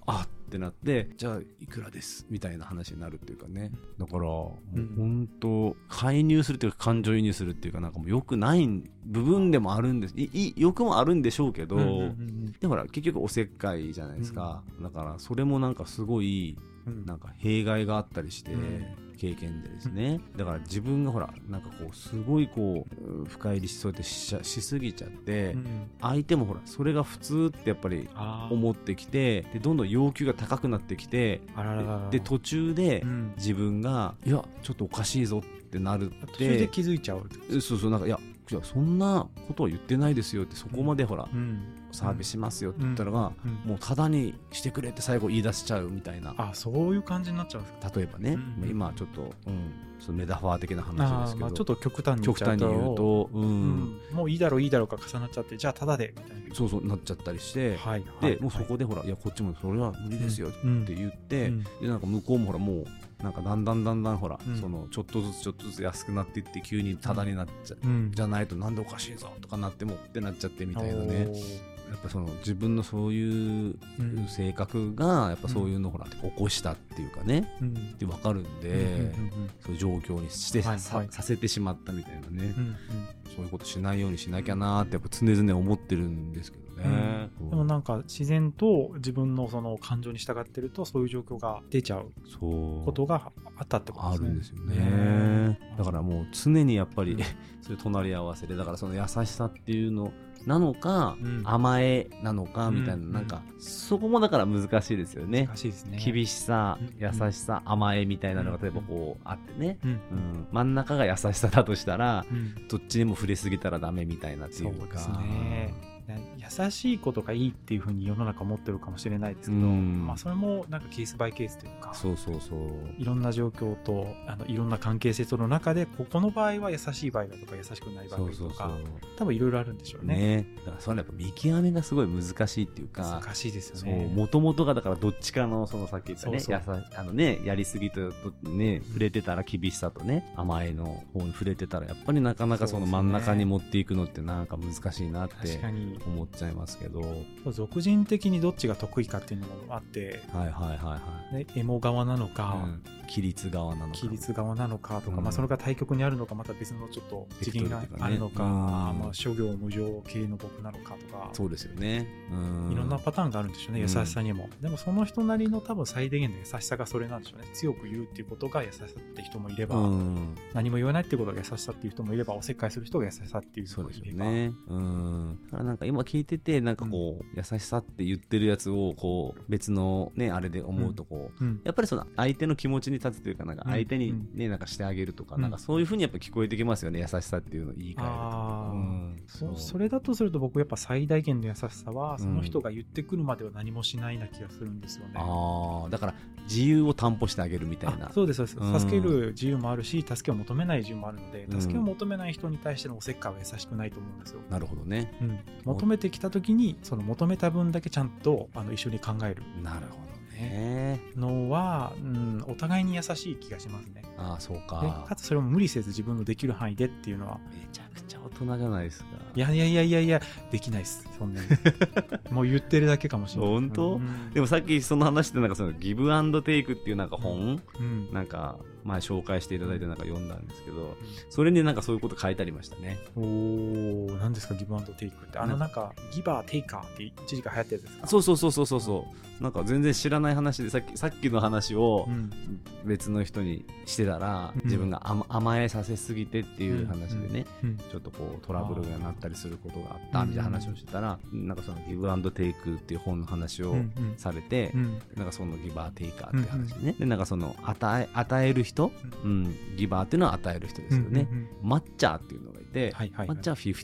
[SPEAKER 2] あってなってじゃあいくらですみたいな話になるっていうかねだからもううん本当介入するっていうか感情移入するっていうかなんかもう良くない部分でもあるんですいい良くもあるんでしょうけど、
[SPEAKER 1] うんうん
[SPEAKER 2] だから結局おせっかいじゃないですか、だからそれもなんかすごい
[SPEAKER 1] うんうん
[SPEAKER 2] なんか弊害があったりして、
[SPEAKER 1] うん
[SPEAKER 2] 経験でですねだから自分がほらなんかこうすごいこううん深入りしそうやってしちゃしすぎちゃって、
[SPEAKER 1] うん
[SPEAKER 2] 相手もほらそれが普通ってやっぱり
[SPEAKER 1] あー
[SPEAKER 2] 思ってきてでどんどん要求が高くなってきて
[SPEAKER 1] あらららら
[SPEAKER 2] で途中で
[SPEAKER 1] うん
[SPEAKER 2] 自分がいやちょっとおかしいぞってなる
[SPEAKER 1] 途
[SPEAKER 2] っ
[SPEAKER 1] 中で
[SPEAKER 2] て
[SPEAKER 1] 気づいちゃう
[SPEAKER 2] えそうそうなんかいやいやそんなことは言ってないですよってそこまでほら、
[SPEAKER 1] うん
[SPEAKER 2] サービスしますよって言ったのが、
[SPEAKER 1] うん
[SPEAKER 2] もうタダにしてくれって最後言い出しちゃうみたいな
[SPEAKER 1] あそういう感じになっちゃうんですか
[SPEAKER 2] 例えばね、
[SPEAKER 1] うん
[SPEAKER 2] まあ今はちょっと、うん、ちょっとメダファー的な話で
[SPEAKER 1] あ
[SPEAKER 2] す
[SPEAKER 1] ー
[SPEAKER 2] けど、
[SPEAKER 1] まあちょっと極端に言っ
[SPEAKER 2] 極
[SPEAKER 1] ちゃ
[SPEAKER 2] 端に言うと、うん
[SPEAKER 1] うんもういいだろういいだろうが重なっちゃってじゃあただでみたいな
[SPEAKER 2] そうそうなっちゃったりして、
[SPEAKER 1] はい
[SPEAKER 2] で、
[SPEAKER 1] はい
[SPEAKER 2] もうそこでほら、い、やこっちもそれは無理ですよっ
[SPEAKER 1] うん
[SPEAKER 2] て言って、
[SPEAKER 1] うん
[SPEAKER 2] でなんか向こうもほらもうなんかだんだんだんだんほら、
[SPEAKER 1] うん
[SPEAKER 2] そのちょっとずつちょっとずつ安くなっていって急にタダになっちゃう、
[SPEAKER 1] うん
[SPEAKER 2] じゃないとなんでおかしいぞとかなってもってなっちゃってみたいなね
[SPEAKER 1] おー
[SPEAKER 2] やっぱその自分のそういう
[SPEAKER 1] うん
[SPEAKER 2] 性格がやっぱそういうのをほら起こしたっていうかね
[SPEAKER 1] うん
[SPEAKER 2] って分かるんで、
[SPEAKER 1] うんうん
[SPEAKER 2] そういう状況にして、
[SPEAKER 1] はい
[SPEAKER 2] さ
[SPEAKER 1] はい
[SPEAKER 2] させてしまったみたいなね、
[SPEAKER 1] うん
[SPEAKER 2] そういうことしないようにしなきゃなーってやっぱ常々思ってるんですけど
[SPEAKER 1] う
[SPEAKER 2] ね
[SPEAKER 1] ん、でもなんか自然と自分のその感情に従ってるとそういう状況が出ちゃう
[SPEAKER 2] そう
[SPEAKER 1] ことがあったってこと
[SPEAKER 2] あ
[SPEAKER 1] ですね。
[SPEAKER 2] るんですよね、
[SPEAKER 1] うん
[SPEAKER 2] だからもう常にやっぱり、
[SPEAKER 1] うん
[SPEAKER 2] そういう隣り合わせでだからその優しさっていうのなのか、
[SPEAKER 1] うん
[SPEAKER 2] 甘えなのかみたいな、
[SPEAKER 1] うん
[SPEAKER 2] なんかそこもだから難しいですよね
[SPEAKER 1] 難しいですね。
[SPEAKER 2] 厳しさ
[SPEAKER 1] うん
[SPEAKER 2] 優しさ、甘えみたいなのが
[SPEAKER 1] うん
[SPEAKER 2] 例えばこうあってね、
[SPEAKER 1] うん
[SPEAKER 2] うん、真ん中が優しさだとしたら
[SPEAKER 1] うん
[SPEAKER 2] どっちにも触れすぎたらダメみたいなってい
[SPEAKER 1] そうう
[SPEAKER 2] か
[SPEAKER 1] ですね。優しいことがいいっていうふうに世の中思ってるかもしれないですけど、
[SPEAKER 2] うん
[SPEAKER 1] まあ、それもなんかケースバイケースというか
[SPEAKER 2] そうそうそう
[SPEAKER 1] いろんな状況とあのいろんな関係性との中でここの場合は優しい場合だとか優しくない場合
[SPEAKER 2] そ
[SPEAKER 1] だ
[SPEAKER 2] う
[SPEAKER 1] とか
[SPEAKER 2] そうそう
[SPEAKER 1] 多分いろいろあるんでしょうね。
[SPEAKER 2] ねだからそれやっぱ見極めがすごい難しいっていうか
[SPEAKER 1] 難しいですよ
[SPEAKER 2] そう
[SPEAKER 1] ね。
[SPEAKER 2] もともとがだからどっちかのそのさっき言ったね
[SPEAKER 1] そう
[SPEAKER 2] やさあのねやりすぎととね触れてたら厳しさとね甘えの方に触れてたらやっぱりなかなかその真ん中に持っていくのってなんか難しいなっ
[SPEAKER 1] 確
[SPEAKER 2] て
[SPEAKER 1] かに
[SPEAKER 2] 思っちゃいますけどはい
[SPEAKER 1] 俗人的にどっちが得意かっていうのもあって、
[SPEAKER 2] はいはいはい
[SPEAKER 1] ね、エモ側なのか、
[SPEAKER 2] うん規律側なのか
[SPEAKER 1] 規律側なのかとか、
[SPEAKER 2] うん
[SPEAKER 1] まあ、それが対極にあるのかまた別のちょっと次元が
[SPEAKER 2] ベクトルっていうかね
[SPEAKER 1] あるのか
[SPEAKER 2] うん
[SPEAKER 1] まあ、諸行無常系の僕なのかとか
[SPEAKER 2] そうですよねうん
[SPEAKER 1] いろんなパターンがあるんでしょうね
[SPEAKER 2] う
[SPEAKER 1] 優
[SPEAKER 2] ん
[SPEAKER 1] しさにも、でもその人なりの多分最低限の優しさがそれなんでしょうね強く言うっていうことが優しさって人もいれば、
[SPEAKER 2] うん
[SPEAKER 1] 何も言わないっていうことが優しさっていう人もいればおせっかいする人が優しさっていう人
[SPEAKER 2] そう
[SPEAKER 1] も
[SPEAKER 2] で
[SPEAKER 1] い
[SPEAKER 2] す
[SPEAKER 1] れ
[SPEAKER 2] よ
[SPEAKER 1] ば、
[SPEAKER 2] ね。うん。だからなんか今聞いてて、なんかこう、優しさって言ってるやつを、こう、別のね、あれで思うとこう、
[SPEAKER 1] うん、
[SPEAKER 2] やっぱりその相手の気持ちに立つというか、なんか
[SPEAKER 1] うん
[SPEAKER 2] 相手にね、なんかしてあげるとか、
[SPEAKER 1] うん
[SPEAKER 2] なんかそういうふうにやっぱ聞こえてきますよね、優しさっていうのを言い換えると。
[SPEAKER 1] あ
[SPEAKER 2] う
[SPEAKER 1] ー
[SPEAKER 2] ん。
[SPEAKER 1] そそれだとすると僕やっぱ最大限の優しさはその人が言ってくるまでは何もしないな気がするんですよね。
[SPEAKER 2] ああ、だから自由を担保してあげるみたいな。
[SPEAKER 1] あそうですそう
[SPEAKER 2] うん
[SPEAKER 1] です助ける自由もあるし助けを求めない自由もあるので
[SPEAKER 2] うん
[SPEAKER 1] 助けを求めない人に対してのおせっかいは優しくないと思うんですよ。
[SPEAKER 2] なるほどね。
[SPEAKER 1] うん、求めてきた時にその求めた分だけちゃんとあの一緒に考える
[SPEAKER 2] なるほどね。
[SPEAKER 1] のは、うん、お互いに優しい気がしますね。
[SPEAKER 2] ああ、そう
[SPEAKER 1] で
[SPEAKER 2] か
[SPEAKER 1] か。つそれも無理せず自分のできる範囲でっていうのは
[SPEAKER 2] めちゃくちゃ大人じゃないですか。
[SPEAKER 1] いやいやいやいやいやできないですそ んなにもう言ってるだけかもしれない。
[SPEAKER 2] 本当
[SPEAKER 1] うん
[SPEAKER 2] でもさっきその話でなんかそのギブアンドテイクっていうなんか本、
[SPEAKER 1] うん
[SPEAKER 2] なんか前紹介していただいてなんか読んだんですけどそれになんかそういうこと書いてありましたね
[SPEAKER 1] おー何ですかギブアンドテイクってあのなんかギバーテイカーって一時期流行ったやつですか
[SPEAKER 2] そうそうそうそうそうそうなんか全然知らない話でさっきさっきの話を
[SPEAKER 1] うん
[SPEAKER 2] 別の人にしてたら、
[SPEAKER 1] うん
[SPEAKER 2] 自分が甘甘えさせすぎてっていう話でね、
[SPEAKER 1] うん
[SPEAKER 2] ちょっとこうトラブルがなったりすることがあったみたいな話をしてたら、なんかそのギブアンドテイクっていう本の話を
[SPEAKER 1] うんうん
[SPEAKER 2] されて、
[SPEAKER 1] うん
[SPEAKER 2] なんかそのギバーテイカーって話ね、でなんかその与え与える人、うん、ギバーっていうのは与える人ですよね、
[SPEAKER 1] うんうん
[SPEAKER 2] マッチャーっていうのがいて、
[SPEAKER 1] はいはいはい
[SPEAKER 2] マッチャーは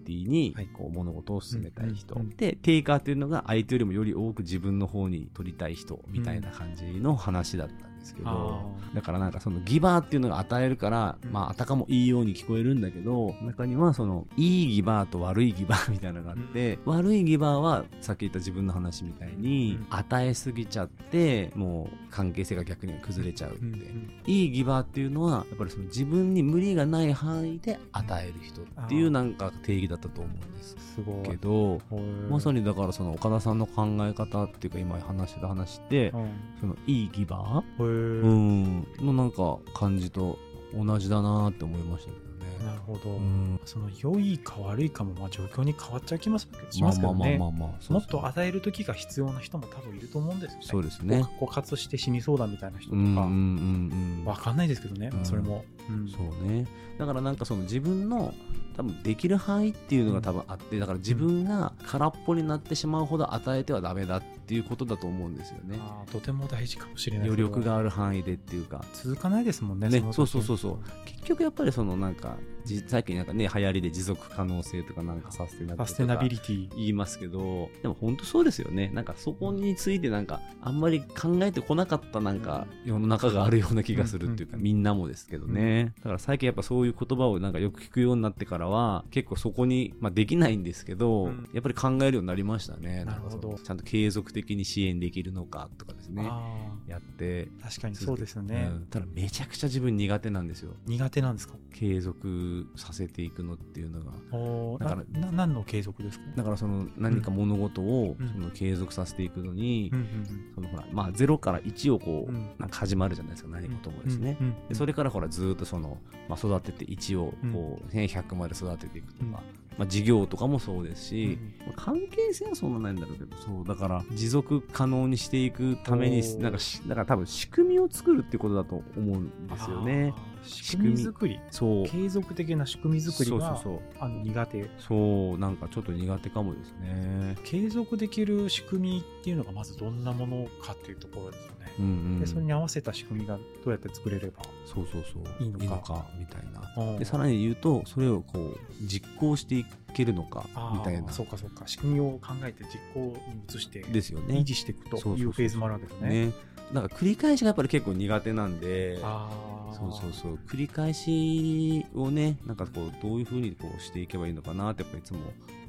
[SPEAKER 2] 50-50に
[SPEAKER 1] はい
[SPEAKER 2] こう物事を進めたい人、
[SPEAKER 1] うんうんうん
[SPEAKER 2] でテイカーというのが相手よりもより多く自分の方に取りたい人みたいな感じの話だったんですけど、
[SPEAKER 1] あ
[SPEAKER 2] だからなんかそのギバーっていうのが与えるから、
[SPEAKER 1] うん
[SPEAKER 2] まああたかもいいように聞こえるんだけど中にはそのいいギバーと悪いギバーみたいなのがあって、悪いギバーはさっき言った自分の話みたいに
[SPEAKER 1] うん
[SPEAKER 2] 与えすぎちゃってもう関係性が逆に崩れちゃうって。
[SPEAKER 1] ーうんうん
[SPEAKER 2] いいギバーっていうのはやっぱりその自分に無理がない範囲で与える人っていううんなんか定義だったと思うんです
[SPEAKER 1] すご
[SPEAKER 2] け
[SPEAKER 1] い。
[SPEAKER 2] どまさ
[SPEAKER 1] に、
[SPEAKER 2] にだからその岡田さんの考え方っていうか今話してた話って
[SPEAKER 1] うん、へ
[SPEAKER 2] そのいいギバ
[SPEAKER 1] え、
[SPEAKER 2] ーうんのなんか感じと同じだなって思いましたけどね。
[SPEAKER 1] なるほど。
[SPEAKER 2] うん
[SPEAKER 1] その良いか悪いかもまあ状況に変わっちゃいきますけどしま
[SPEAKER 2] まあ
[SPEAKER 1] すけ
[SPEAKER 2] まあ
[SPEAKER 1] ど
[SPEAKER 2] まあ
[SPEAKER 1] ね
[SPEAKER 2] ま。あまあそう
[SPEAKER 1] も
[SPEAKER 2] で
[SPEAKER 1] っ
[SPEAKER 2] すね
[SPEAKER 1] と与える時が必要な人も多分いると思うんですよね。
[SPEAKER 2] そうですね。
[SPEAKER 1] 枯渇して死にそうだみたいな人と
[SPEAKER 2] う
[SPEAKER 1] か、
[SPEAKER 2] んうんう
[SPEAKER 1] わ
[SPEAKER 2] んうん。
[SPEAKER 1] かんないですけどね、
[SPEAKER 2] うん
[SPEAKER 1] それも。うん
[SPEAKER 2] そうねだからなんかその自分の多分できる範囲っていうのが多分あってだから自分が空っぽになってしまうほど与えてはダメだっていうことだと思うんですよね
[SPEAKER 1] あーとても大事かもしれない。
[SPEAKER 2] 余力がある範囲でっていうか
[SPEAKER 1] 続かないですもんね。
[SPEAKER 2] ね
[SPEAKER 1] の時
[SPEAKER 2] そうそうそうそう結局やっぱりそのなんかじさっきなんかね流行りで持続可能性とかなんかサステナビリティとか
[SPEAKER 1] サステナビリティ。
[SPEAKER 2] 言いますけどでも本当そうですよねなんかそこについてなんかあんまり考えてこなかったなんか世の中があるような気がするっていう
[SPEAKER 1] う
[SPEAKER 2] か
[SPEAKER 1] んうん
[SPEAKER 2] みんなもですけどねだから最近やっぱそういう言葉をなんかよく聞くようになってからは結構そこに、まあ、できないんですけど
[SPEAKER 1] うん
[SPEAKER 2] やっぱり考えるようになりましたね
[SPEAKER 1] なるほど
[SPEAKER 2] んかそのちゃんと継続的に支援できるのかとかですね
[SPEAKER 1] あ
[SPEAKER 2] やって。
[SPEAKER 1] ー確かにそうですよね、
[SPEAKER 2] うんただめちゃくちゃ自分苦手なんですよ
[SPEAKER 1] 苦手なんですか
[SPEAKER 2] 継続させていくのっていうのが
[SPEAKER 1] おー
[SPEAKER 2] だから
[SPEAKER 1] なな何の継続ですか
[SPEAKER 2] だからその何か物事を
[SPEAKER 1] うん
[SPEAKER 2] その継続させていくのに
[SPEAKER 1] うんうん
[SPEAKER 2] そのほら、まあ、0から1をこう、
[SPEAKER 1] うん
[SPEAKER 2] なんか始まるじゃないですか、何事も
[SPEAKER 1] うん
[SPEAKER 2] ですね。
[SPEAKER 1] うんうん
[SPEAKER 2] でそれからほらずーっとその、まあ、育てて1を
[SPEAKER 1] うん
[SPEAKER 2] こう、100まで育てていくとか、
[SPEAKER 1] うん
[SPEAKER 2] まあ、事業とかもそうです
[SPEAKER 1] う
[SPEAKER 2] し、
[SPEAKER 1] ん
[SPEAKER 2] まあ関係性はそんなないんだろうけどそうだから持続可能にしていくために
[SPEAKER 1] おー
[SPEAKER 2] なんかしだから多分仕組みを作るってことだと思うんですよね。
[SPEAKER 1] あー仕組み作り
[SPEAKER 2] そう
[SPEAKER 1] 継続的な仕組み作りが
[SPEAKER 2] そうそう
[SPEAKER 1] あの苦手
[SPEAKER 2] そうそうなんかちょっと苦手かもですね。
[SPEAKER 1] 継続できる仕組みっていうのがまずどんなものかっていうところですよね、
[SPEAKER 2] うんうん、
[SPEAKER 1] でそれに合わせた仕組みがどうやって作れれば
[SPEAKER 2] そうそうそう
[SPEAKER 1] いいのか
[SPEAKER 2] みたいな
[SPEAKER 1] うん
[SPEAKER 2] でさらに言うとそれをこう実行していけるのか
[SPEAKER 1] あー
[SPEAKER 2] みたいな
[SPEAKER 1] そうかそうか仕組みを考えて実行に移して
[SPEAKER 2] ですよね
[SPEAKER 1] 維。持していくと
[SPEAKER 2] そうそう
[SPEAKER 1] い
[SPEAKER 2] そう
[SPEAKER 1] うフェーズもあるわけですね
[SPEAKER 2] ねなんか繰り返しがやっぱり結構苦手なんで
[SPEAKER 1] ああ
[SPEAKER 2] そうそうそう繰り返しをねなんかこうどういうふうにこうしていけばいいのかなってやっぱいつも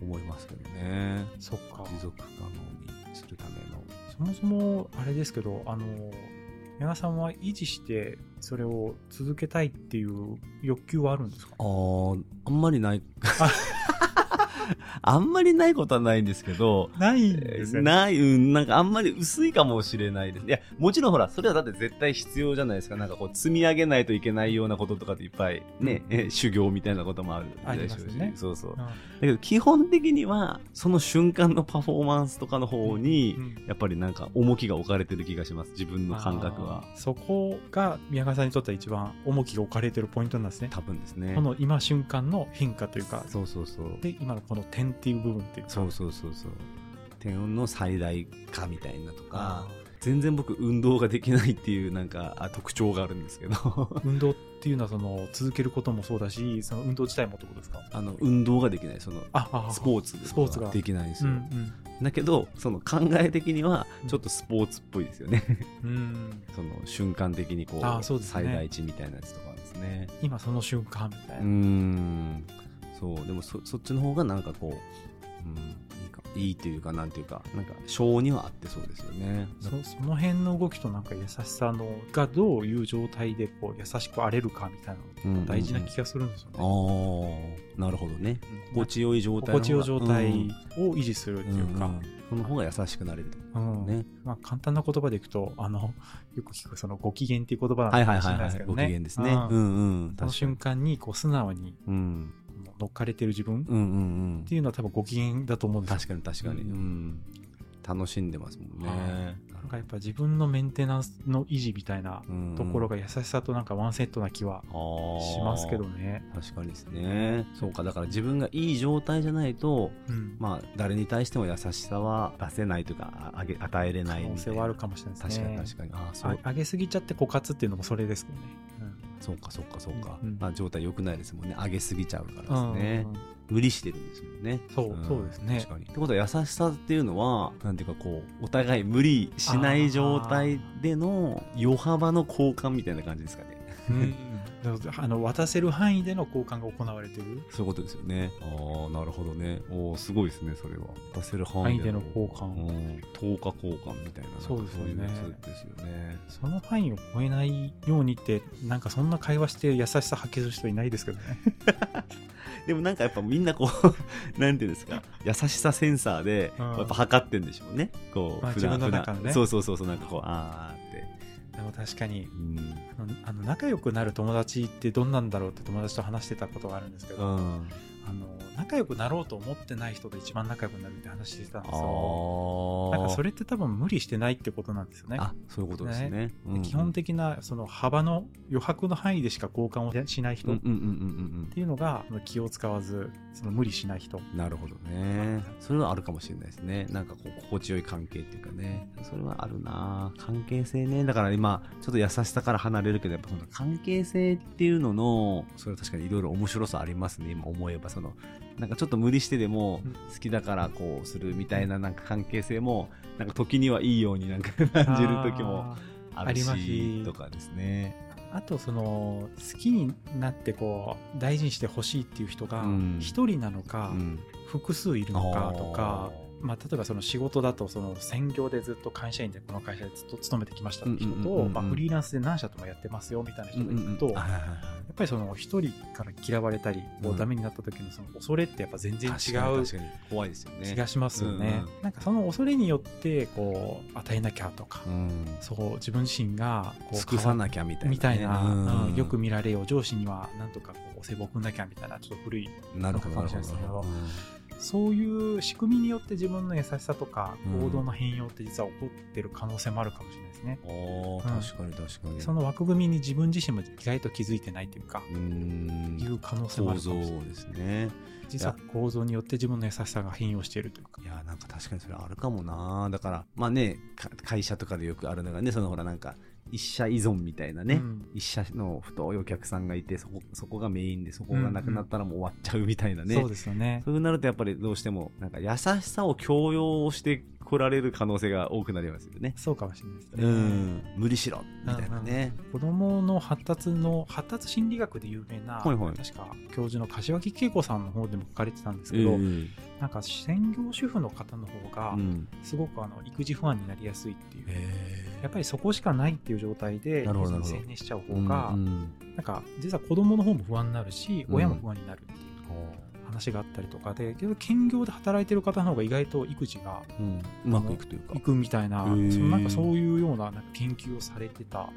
[SPEAKER 2] 思いますけどね
[SPEAKER 1] そっか
[SPEAKER 2] 持続可能にするための。
[SPEAKER 1] そもそもあれですけどあの矢賀さんは維持してそれを続けたいっていう欲求はあるんですか
[SPEAKER 2] あーあんまりない。 あんまりないことはないんですけど、
[SPEAKER 1] ないん
[SPEAKER 2] え
[SPEAKER 1] です
[SPEAKER 2] ー
[SPEAKER 1] よね。
[SPEAKER 2] ない、うん、なんかあんまり薄いかもしれないです。いや、もちろんほら、それはだって絶対必要じゃないですか。なんかこう、積み上げないといけないようなこととかっていっぱいね、えー修行みたいなこともある
[SPEAKER 1] あります
[SPEAKER 2] ょ
[SPEAKER 1] よ
[SPEAKER 2] うし
[SPEAKER 1] ね
[SPEAKER 2] そうそう。
[SPEAKER 1] う
[SPEAKER 2] だ
[SPEAKER 1] ん
[SPEAKER 2] けど基本的には、その瞬間のパフォーマンスとかの方に
[SPEAKER 1] う、ん
[SPEAKER 2] やっぱりなんか重きが置かれてる気がします。自分の感覚は
[SPEAKER 1] あ。ーそこが宮川さんにとっては一番重きが置かれてるポイントなんですね
[SPEAKER 2] 多分ですね。
[SPEAKER 1] この今瞬間の変化というか
[SPEAKER 2] そうそうそう。
[SPEAKER 1] で今のこの点っていう部分っていうか
[SPEAKER 2] そうそうそうそう。点の最大化みたいなと
[SPEAKER 1] あ、
[SPEAKER 2] か全然僕運動ができないっていうなんかあ特徴があるんですけど
[SPEAKER 1] ー運動っていうのはその続けることもそうだしその運動自体もってことですか
[SPEAKER 2] あの運動ができないその
[SPEAKER 1] ああ
[SPEAKER 2] ス
[SPEAKER 1] ー
[SPEAKER 2] ポーツ
[SPEAKER 1] スポーツが
[SPEAKER 2] できないんです
[SPEAKER 1] う
[SPEAKER 2] よ、
[SPEAKER 1] ん
[SPEAKER 2] だけどその考え的には
[SPEAKER 1] うん
[SPEAKER 2] ちょっとスポーツっぽいですよね
[SPEAKER 1] うんうん
[SPEAKER 2] その瞬間的にこう
[SPEAKER 1] あそうですね
[SPEAKER 2] 最大値みたいなやつとかですね
[SPEAKER 1] 今その瞬間みたいうな、
[SPEAKER 2] ーんそうでもそそっちの方がなんかこううんいいかいいというかなんていうかなんか性には合ってそうですよね
[SPEAKER 1] そその辺の動きとなんか優しさのがどういう状態でこう優しく荒れるかみたいなのってやっぱ大事な気がするんですよね。
[SPEAKER 2] ああなるほどね
[SPEAKER 1] うん
[SPEAKER 2] 心地よい状態
[SPEAKER 1] 心地よい状態
[SPEAKER 2] うん
[SPEAKER 1] を維持するっていうか、
[SPEAKER 2] んその方が優しくなれると
[SPEAKER 1] うん
[SPEAKER 2] ね
[SPEAKER 1] まあ、簡単な言葉でいくとあのよく聞くそのご機嫌っていう言葉なの
[SPEAKER 2] はい
[SPEAKER 1] か
[SPEAKER 2] はい
[SPEAKER 1] もし
[SPEAKER 2] は
[SPEAKER 1] れ
[SPEAKER 2] い
[SPEAKER 1] ない
[SPEAKER 2] は
[SPEAKER 1] です
[SPEAKER 2] い
[SPEAKER 1] け。ど
[SPEAKER 2] ご
[SPEAKER 1] ね。
[SPEAKER 2] 機嫌ですね。
[SPEAKER 1] うん
[SPEAKER 2] んうん。
[SPEAKER 1] その瞬
[SPEAKER 2] 間。
[SPEAKER 1] 間にこう素直に
[SPEAKER 2] うん。
[SPEAKER 1] 乗っかれてる自分
[SPEAKER 2] うんうんう
[SPEAKER 1] っ
[SPEAKER 2] ん
[SPEAKER 1] て。いうのは多分ご機嫌だと思うんですよ
[SPEAKER 2] 確かに確かに。う
[SPEAKER 1] うん
[SPEAKER 2] ん。楽しんでますもん
[SPEAKER 1] はい
[SPEAKER 2] ね。
[SPEAKER 1] なんかやっぱ自分のメンテナンスの維持みたいなところ
[SPEAKER 2] が
[SPEAKER 1] が優しさとなんかワンセットな気はしますけど。
[SPEAKER 2] あー
[SPEAKER 1] ね。
[SPEAKER 2] 確かにですね。そうか、だから自分がいい状態じゃないと、
[SPEAKER 1] うん
[SPEAKER 2] まあ、誰に対しても優しさは出せないというか、ああげ与えれな
[SPEAKER 1] 可
[SPEAKER 2] いみたいな。
[SPEAKER 1] 能性はあるかもしれないで
[SPEAKER 2] 確
[SPEAKER 1] す
[SPEAKER 2] か
[SPEAKER 1] ね。
[SPEAKER 2] に確かに。あーそう
[SPEAKER 1] あ上げすぎちゃって枯渇っていうのもそれですけどね。
[SPEAKER 2] そうか、そうか、そうか
[SPEAKER 1] うん。
[SPEAKER 2] まあ、状態良くないですもんね。上げすぎちゃうからで
[SPEAKER 1] う
[SPEAKER 2] す
[SPEAKER 1] ん
[SPEAKER 2] ね。無理してるんですもんね。
[SPEAKER 1] そう
[SPEAKER 2] うん
[SPEAKER 1] そうですね
[SPEAKER 2] 確かに。ってことは優しさっていうのは、なんていうかこう、お互い無理しない状態での余幅の交換みたいな感じですかね。
[SPEAKER 1] うんだからあの渡せる範囲での交換が行われてる
[SPEAKER 2] そういうことですよね。ああ、なるほどね。おーすごいですね、それは。出せる範囲
[SPEAKER 1] 範囲での交換
[SPEAKER 2] うん、10日交換みたいな、なんか
[SPEAKER 1] そうですよね
[SPEAKER 2] そういうやつですよね。
[SPEAKER 1] その範囲を超えないようにってなんかそんな会話して優しさ発揮する人いないですけど ね
[SPEAKER 2] でもなんかやっぱみんなこう、 なんていうんですか、優しさセンサーで、
[SPEAKER 1] うん
[SPEAKER 2] やっぱ測ってんでしょうね。こう、
[SPEAKER 1] まあ
[SPEAKER 2] 普段
[SPEAKER 1] 自分の中のね
[SPEAKER 2] 普段そうそうそうそう、なんかこう、あーって。
[SPEAKER 1] でも確かに
[SPEAKER 2] うん。
[SPEAKER 1] あのあの仲良くなる友達ってどんなんだろうって友達と話してたことがあるんですけど、あ
[SPEAKER 2] うん、
[SPEAKER 1] の仲良くなろうと思ってない人と一番仲良くなるって話してたんですよ
[SPEAKER 2] あ
[SPEAKER 1] なんかそ
[SPEAKER 2] れ
[SPEAKER 1] れって多分無理してないってことなんですよね
[SPEAKER 2] あ、そういうことですね。うん
[SPEAKER 1] で
[SPEAKER 2] うん
[SPEAKER 1] 基本的なその幅の余白の範囲でしか交換をしない人
[SPEAKER 2] うん
[SPEAKER 1] っ
[SPEAKER 2] うんうんうん
[SPEAKER 1] ていうのが、その気を使わずその無理しない人
[SPEAKER 2] うん。なるほどね。それはあるかもしれないですね。なんかこう、心地よい関係っていうかね。それはあるな関係性ね。だから今、ちょっと優しさから離れるけど、やっぱその関係性っていうのの、それは確かにいろいろ面白さありますね。今思えば、その、なんかちょっと無理してでも
[SPEAKER 1] うん
[SPEAKER 2] 好きだからこうするみたいななんか関係性も、なんか時にはいいようになんか 感じる時もある
[SPEAKER 1] あり
[SPEAKER 2] し、
[SPEAKER 1] ます
[SPEAKER 2] とかですね。
[SPEAKER 1] あとその好きになってこう大事にしてほしいっていう人が
[SPEAKER 2] うん
[SPEAKER 1] 一人なの
[SPEAKER 2] う
[SPEAKER 1] か
[SPEAKER 2] ん。
[SPEAKER 1] 複数いるのかとか
[SPEAKER 2] あー、
[SPEAKER 1] まあ、例えばその仕事だとその専業でずっと会社員でこの会社でずっと勤めてきましたって人
[SPEAKER 2] うんうんうん
[SPEAKER 1] と
[SPEAKER 2] うん
[SPEAKER 1] まあフリーランスで何社ともやってますよみたいな人がいると
[SPEAKER 2] うんうんうん
[SPEAKER 1] や
[SPEAKER 2] はいはいはい
[SPEAKER 1] っぱりその一人から嫌われたりこ
[SPEAKER 2] う
[SPEAKER 1] うんダメになった時のその恐れってやっぱ全然違
[SPEAKER 2] 確かに
[SPEAKER 1] う
[SPEAKER 2] 確かに怖いですよね
[SPEAKER 1] 気がしますよね
[SPEAKER 2] うん。
[SPEAKER 1] なんかその恐れによってこう与えなきゃとか
[SPEAKER 2] うん
[SPEAKER 1] そう自分自身がこう
[SPEAKER 2] 尽くさなきゃみたいなね、
[SPEAKER 1] みたいな、
[SPEAKER 2] うん
[SPEAKER 1] うんよく見られよう上司にはなんとかこうお世話を送んなきゃみたいなちょっと古い
[SPEAKER 2] なるほどな
[SPEAKER 1] の
[SPEAKER 2] る
[SPEAKER 1] かもしれない
[SPEAKER 2] ほ
[SPEAKER 1] です
[SPEAKER 2] ど
[SPEAKER 1] けど
[SPEAKER 2] うん
[SPEAKER 1] そういう仕組みによって自分の優しさとか
[SPEAKER 2] うん
[SPEAKER 1] 行動の変容って実は起こってる可能性もあるかもしれないですね、
[SPEAKER 2] おー
[SPEAKER 1] うん
[SPEAKER 2] 確かに確かに
[SPEAKER 1] その枠組みに自分自身も意外と気づいてないというか、
[SPEAKER 2] うん
[SPEAKER 1] いう可能性もある
[SPEAKER 2] 構
[SPEAKER 1] か
[SPEAKER 2] 造
[SPEAKER 1] もしれない
[SPEAKER 2] ですね
[SPEAKER 1] 実は構造によって自分の優しさが変容しているというか
[SPEAKER 2] いやなんか確かにそれあるかもなだからまあねか会社とかでよくあるのがねそのほらなんか一社依存みたいなね、
[SPEAKER 1] うん
[SPEAKER 2] 一社の太いお客さんがいてそこそこがメインでそこがなくなったらもう終わっちゃうみたいなね、
[SPEAKER 1] そうですよね
[SPEAKER 2] そうなるとやっぱりどうしてもなんか優しさを強要してこられる可能性が多くなりますよね。
[SPEAKER 1] そうかもしれないですね、
[SPEAKER 2] うん、無理しろみたいなね。
[SPEAKER 1] 子どもの発達の発達心理学で有名な、
[SPEAKER 2] はいはい
[SPEAKER 1] 確か教授の柏木恵子さんの方でも書かれてたんです
[SPEAKER 2] え
[SPEAKER 1] けど、
[SPEAKER 2] ー
[SPEAKER 1] なんか専業主婦の方の方が
[SPEAKER 2] うん
[SPEAKER 1] すごくあの育児不安になりやすいっていう、
[SPEAKER 2] え
[SPEAKER 1] やっぱりそこしかないっていう状態で
[SPEAKER 2] なるほどなるほど
[SPEAKER 1] 専念しちゃう
[SPEAKER 2] ー
[SPEAKER 1] 方が、
[SPEAKER 2] うん
[SPEAKER 1] なんか実は子供の方も不安になるし
[SPEAKER 2] うん
[SPEAKER 1] 親も不安になるっていう話があったりとかで、けど兼業で働いてる方の方が意外と育児が
[SPEAKER 2] うんうまくいくというか
[SPEAKER 1] い。くみたいな、
[SPEAKER 2] へー
[SPEAKER 1] そのなんかそういうようななんか研究をされてた
[SPEAKER 2] あ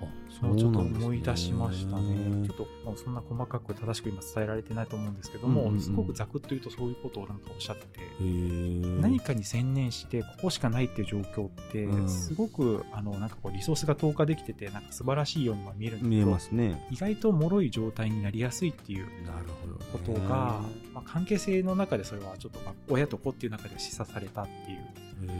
[SPEAKER 1] のをちょっと思い出しました
[SPEAKER 2] そうなん
[SPEAKER 1] ね。
[SPEAKER 2] です
[SPEAKER 1] ちょっともうそんな細かく正しく今伝えられてないと思うんですけども、
[SPEAKER 2] うんうんうん
[SPEAKER 1] すごくざくっと言うとそういうことをなんかおっしゃってて、
[SPEAKER 2] へー
[SPEAKER 1] 何かに専念してここしかないっていう状況って、
[SPEAKER 2] うん
[SPEAKER 1] すごくあのなんかこうリソースが投下できててなんか素晴らしいようにも見えるんです
[SPEAKER 2] 見
[SPEAKER 1] け
[SPEAKER 2] え
[SPEAKER 1] ど
[SPEAKER 2] ますね。
[SPEAKER 1] 意外と脆い状態になりやすいっていう
[SPEAKER 2] なるほど。
[SPEAKER 1] ことが、まあ、関係性の中でそれはちょっとまあ親と子っていう中で示唆されたってい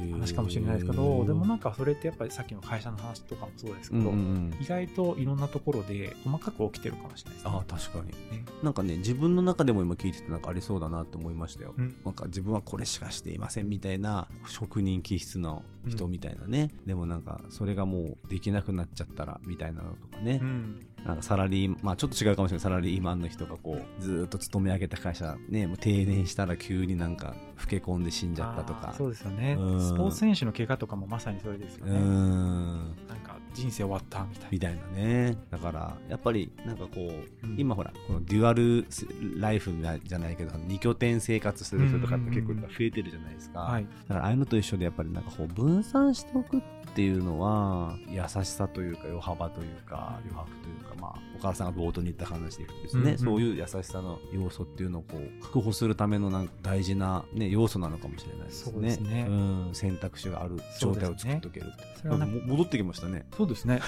[SPEAKER 1] う話かもしれないですけどでもなんかそれってやっぱりさっきの会社の話とかもそうですけ
[SPEAKER 2] うん
[SPEAKER 1] ど、
[SPEAKER 2] うんうん
[SPEAKER 1] 意外といろんなところで細かく起きてるかもしれないですね。
[SPEAKER 2] あー確かに
[SPEAKER 1] ね
[SPEAKER 2] なんかね自分の中でも今聞いててなんかありそうだなと思いましたよ、
[SPEAKER 1] うん
[SPEAKER 2] なんか自分はこれしかしていませんみたいな職人気質の人みたいなね、でもなんかそれがもうできなくなっちゃったらみたいなのとかね
[SPEAKER 1] う、ん
[SPEAKER 2] なんかサラリーまあちょっと違うかもしれないサラリーマンの人がこうずーっと勤め上げた会社ねもう定年したら急になんか老け込んで死んじゃったと
[SPEAKER 1] あ
[SPEAKER 2] か
[SPEAKER 1] ーそうですよね
[SPEAKER 2] うん
[SPEAKER 1] スポーツ選手の怪我とかもまさにそれですよ
[SPEAKER 2] う
[SPEAKER 1] ね、
[SPEAKER 2] ーん
[SPEAKER 1] なんか人生終わったみたい
[SPEAKER 2] み
[SPEAKER 1] な。
[SPEAKER 2] たいなねだからやっぱりなんかこう、
[SPEAKER 1] うん
[SPEAKER 2] 今ほらこのデュアルライフじゃないけど2拠点生活する人とかって結構
[SPEAKER 1] うんう
[SPEAKER 2] 今
[SPEAKER 1] んうん
[SPEAKER 2] 増えてるじゃないですか、
[SPEAKER 1] はい、
[SPEAKER 2] だからああいうのと一緒でやっぱりなんかこう分散しておくっていうのは優しさというか余幅というか余白というかまあお母さんが冒頭に言った話でいくとですね、
[SPEAKER 1] うんうん
[SPEAKER 2] そういう優しさの要素っていうのをこう確保するためのなんか大事な、ね、要素なのかもしれないですね
[SPEAKER 1] そうですね
[SPEAKER 2] うん、選択肢がある状態を作っておけるって
[SPEAKER 1] それはなんか
[SPEAKER 2] も戻ってきましたね
[SPEAKER 1] そうです ね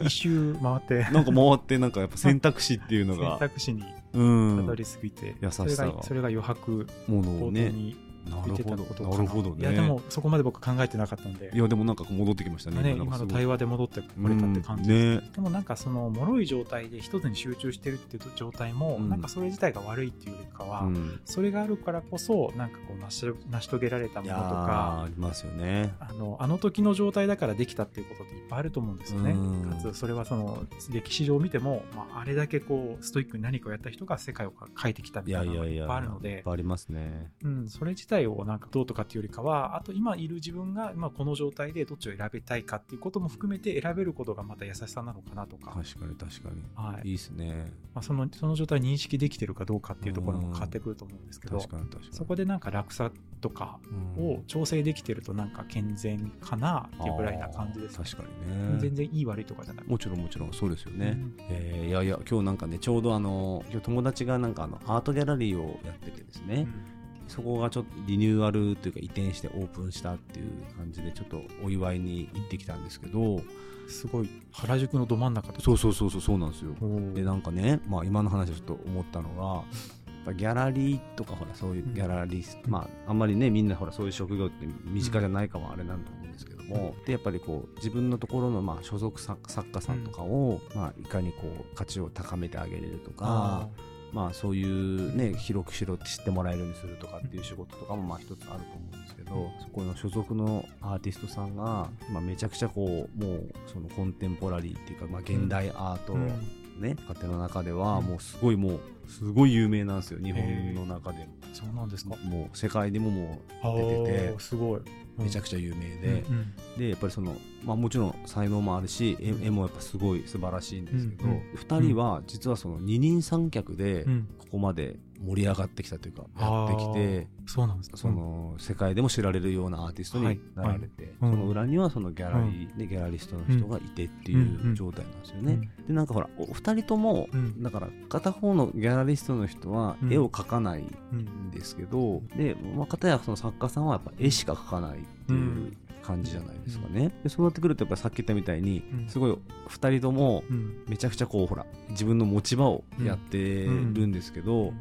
[SPEAKER 1] 一周回って
[SPEAKER 2] なんか回ってなんかやっぱ選択肢っていうの
[SPEAKER 1] 選
[SPEAKER 2] が
[SPEAKER 1] 択肢に
[SPEAKER 2] う
[SPEAKER 1] たど
[SPEAKER 2] ん
[SPEAKER 1] りすぎて、
[SPEAKER 2] 優し
[SPEAKER 1] そ
[SPEAKER 2] さ
[SPEAKER 1] れ
[SPEAKER 2] が
[SPEAKER 1] がそれが余白
[SPEAKER 2] もの
[SPEAKER 1] 冒頭
[SPEAKER 2] をね
[SPEAKER 1] に
[SPEAKER 2] な
[SPEAKER 1] 見
[SPEAKER 2] る
[SPEAKER 1] てた
[SPEAKER 2] ほど
[SPEAKER 1] ことかな
[SPEAKER 2] なるほどね
[SPEAKER 1] いやでもそこまで僕考えてなかったんで
[SPEAKER 2] いやでもなんか戻ってきましたね
[SPEAKER 1] ね今の対
[SPEAKER 2] 話
[SPEAKER 1] 話で戻ってこれたって感じ、
[SPEAKER 2] ね
[SPEAKER 1] でもなんかその脆い状態で一つに集中してるっていう状態も、
[SPEAKER 2] うん
[SPEAKER 1] なんかそれ自体が悪いっていうよりかは、
[SPEAKER 2] うん
[SPEAKER 1] それがあるからこそなんかこう成し成し遂げられたも
[SPEAKER 2] い
[SPEAKER 1] の
[SPEAKER 2] や
[SPEAKER 1] と
[SPEAKER 2] ー
[SPEAKER 1] か
[SPEAKER 2] ありますよね
[SPEAKER 1] あのあの時の状態だからできたっていうことっていっぱいあると思うんですよね。
[SPEAKER 2] うん
[SPEAKER 1] かつそれはその歴史上を見ても、まあ、あれだけこうストイックに何かをやった人が世界を変えてきた
[SPEAKER 2] い
[SPEAKER 1] みた
[SPEAKER 2] や
[SPEAKER 1] い
[SPEAKER 2] い
[SPEAKER 1] なの
[SPEAKER 2] や
[SPEAKER 1] が
[SPEAKER 2] い
[SPEAKER 1] い
[SPEAKER 2] や
[SPEAKER 1] っぱいあるの
[SPEAKER 2] いっ
[SPEAKER 1] で
[SPEAKER 2] ぱいありますね
[SPEAKER 1] うん、それ自体をなんかどうとかっていうよりかはあと今いる自分が、まあ、この状態でどっちを選びたいかっていうことも含めて選べることがまた優しさなのかなとか、はい
[SPEAKER 2] 確かに確かにいいですね
[SPEAKER 1] まあ、そのその状態を認識できてるかどうかっていうところも変わってくると思うんですけど
[SPEAKER 2] 確かに確かに
[SPEAKER 1] そこでなんか落差とかを調整できてるとなんか健全かなっていうぐらいな感じです、
[SPEAKER 2] あー確かにね
[SPEAKER 1] 全然いい悪いとかじゃなくて、
[SPEAKER 2] もちろんもちろんそうですよね、
[SPEAKER 1] うん
[SPEAKER 2] えーいやいや今日なんかねちょうどあの今日友達がなんかあのアートギャラリーをやっててですね、そこがちょっとリニューアルというか移転してオープンしたっていう感じでちょっとお祝いに行ってきたんですけど
[SPEAKER 1] うんすごい原宿のど真ん中とか
[SPEAKER 2] そうそうそうそうそうなんですよ
[SPEAKER 1] おー
[SPEAKER 2] でなんかね、まあ、今の話でちょっと思ったのがやっぱギャラリーとかほらそういうギャラリー、
[SPEAKER 1] うん
[SPEAKER 2] まああんまりねみんなほらそういう職業って身近じゃないかもあれなんだと思うんですけども、でやっぱりこう自分のところのまあ所属作作家さんとかを、まあ、いかにこう価値を高めてあげれるとか
[SPEAKER 1] あー
[SPEAKER 2] まあ、そういうね広く広く知ってもらえるようにするとかっていう仕事とかもまあ一つあると思うんですけどそこの所属のアーティストさんが、まあ、めちゃくちゃこうもうそのコンテンポラリーっていうか、まあ、現代アート
[SPEAKER 1] う
[SPEAKER 2] の
[SPEAKER 1] ん
[SPEAKER 2] ね、家庭の中では
[SPEAKER 1] うん
[SPEAKER 2] もうすごいもうすごい有名なんですよ日本の中で
[SPEAKER 1] そうなんですか
[SPEAKER 2] ももう世界でもも出
[SPEAKER 1] 出
[SPEAKER 2] てて
[SPEAKER 1] すごい、
[SPEAKER 2] うめちゃ
[SPEAKER 1] く
[SPEAKER 2] くちゃ有名
[SPEAKER 1] ち
[SPEAKER 2] で、でやっぱりその、まあ、もちろん才能もあるし絵絵もやっぱすごい素晴らしいんですけど、
[SPEAKER 1] うんうん
[SPEAKER 2] 2人は実はその二人三脚で、ここまで盛り上がってきたというかやってきて
[SPEAKER 1] そうなんですか
[SPEAKER 2] その世界でも知られるようなアーティスト
[SPEAKER 1] は
[SPEAKER 2] に
[SPEAKER 1] い
[SPEAKER 2] なられて、
[SPEAKER 1] うん
[SPEAKER 2] その裏にはそのギャラリーでギャラリストの人がいてっていう状態なんですよね。でなんかほらお二人とも、
[SPEAKER 1] うん
[SPEAKER 2] だから片方のギャラリストの人は
[SPEAKER 1] うん
[SPEAKER 2] 絵を描かない
[SPEAKER 1] うん
[SPEAKER 2] んですけど、で、まあ、片やその作家さんはやっぱ絵しか描かないっていう感じじゃないですかね。でそうなってくるとやっぱさっき言ったみたいに、
[SPEAKER 1] うん
[SPEAKER 2] すごい二人とも
[SPEAKER 1] うん
[SPEAKER 2] めちゃくちゃこうほら自分の持ち場をやってるんですけど、
[SPEAKER 1] うん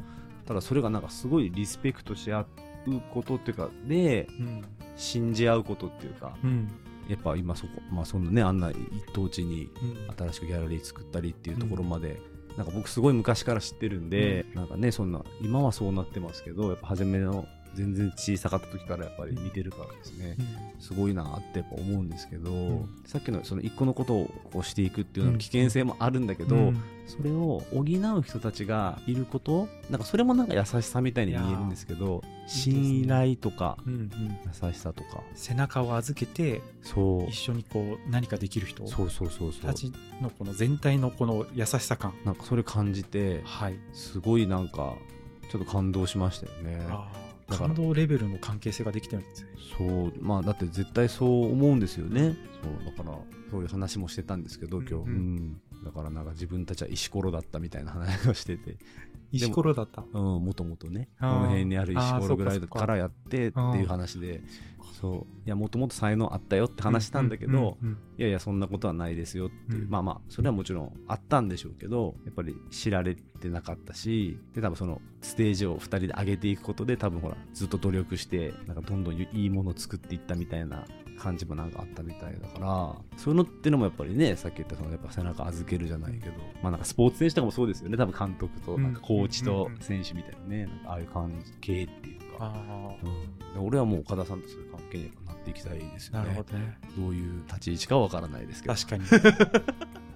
[SPEAKER 2] ただそれがなんかすごいリスペクトし合うことっていうかで
[SPEAKER 1] うん
[SPEAKER 2] 信じ合うことっていうか
[SPEAKER 1] うん
[SPEAKER 2] やっぱ今そこまあそんなねあんな一等地に
[SPEAKER 1] うん
[SPEAKER 2] 新しくギャラリー作ったりっていうところまで、なんか僕すごい昔から知ってるんで、なんかねそんな今はそうなってますけどやっぱ初めの全然小さかった時からやっぱり見てるからですね、すごいなってやっぱ思うんですけど、
[SPEAKER 1] ん
[SPEAKER 2] さっきのその一個のことをこうしていくっていう
[SPEAKER 1] う
[SPEAKER 2] のの
[SPEAKER 1] ん
[SPEAKER 2] 危険性もあるんだけど、
[SPEAKER 1] うん
[SPEAKER 2] それを補う人たちがいることなんかそれもなんか優しさみたいに見えるんですけど
[SPEAKER 1] いいですね
[SPEAKER 2] 信頼とか
[SPEAKER 1] うんうん
[SPEAKER 2] 優しさとか
[SPEAKER 1] 背中を預けて
[SPEAKER 2] そう
[SPEAKER 1] 一緒にこう何かできる人
[SPEAKER 2] そうそうそうそう
[SPEAKER 1] たちのこの全体のこの優しさ感
[SPEAKER 2] なんかそれ感じて
[SPEAKER 1] はい
[SPEAKER 2] すごいなんかちょっと感動しましたよね
[SPEAKER 1] あー
[SPEAKER 2] だから
[SPEAKER 1] 感動レベルの関係性ができてるんですね
[SPEAKER 2] そうまあだって絶対そう思うんですよねそうだからそういう話もしてたんですけど今日、
[SPEAKER 1] うんうん
[SPEAKER 2] うんだからなんか自分たちは石ころだったみたいな話をしててでも
[SPEAKER 1] 石ころだった
[SPEAKER 2] うん、もともとね、
[SPEAKER 1] あ
[SPEAKER 2] こ
[SPEAKER 1] ー
[SPEAKER 2] の辺にある石ころぐらい
[SPEAKER 1] あーそっかそっか
[SPEAKER 2] からやってっていう話で、そう、いや、もともと才能あったよって話したんだけど、
[SPEAKER 1] うん
[SPEAKER 2] いやいや、そんなことはないですよっていう、
[SPEAKER 1] うん
[SPEAKER 2] まあまあ、それはもちろんあったんでしょうけど、やっぱり知られてなかったし、で、多分そのステージを2人で上げていくことで、多分ほら、ずっと努力して、なんかどんどんいいものを作っていったみたいな。感じもなんかあったみたいだからそういうのってのもやっぱりねさっき言ったそのやっぱ背中預けるじゃないけど、まあなんかスポーツ選手とかもそうですよね多分監督となんかコーチと
[SPEAKER 1] うんうん
[SPEAKER 2] 選手みたいなねなんかああいう関係っていうか、
[SPEAKER 1] あ
[SPEAKER 2] うんで俺はもう岡田さんとそういう関係にやっぱなっていきたいです
[SPEAKER 1] ー
[SPEAKER 2] よ
[SPEAKER 1] な
[SPEAKER 2] ね
[SPEAKER 1] るほどね
[SPEAKER 2] どういう立ち位置かわからないですけ ど
[SPEAKER 1] 確かに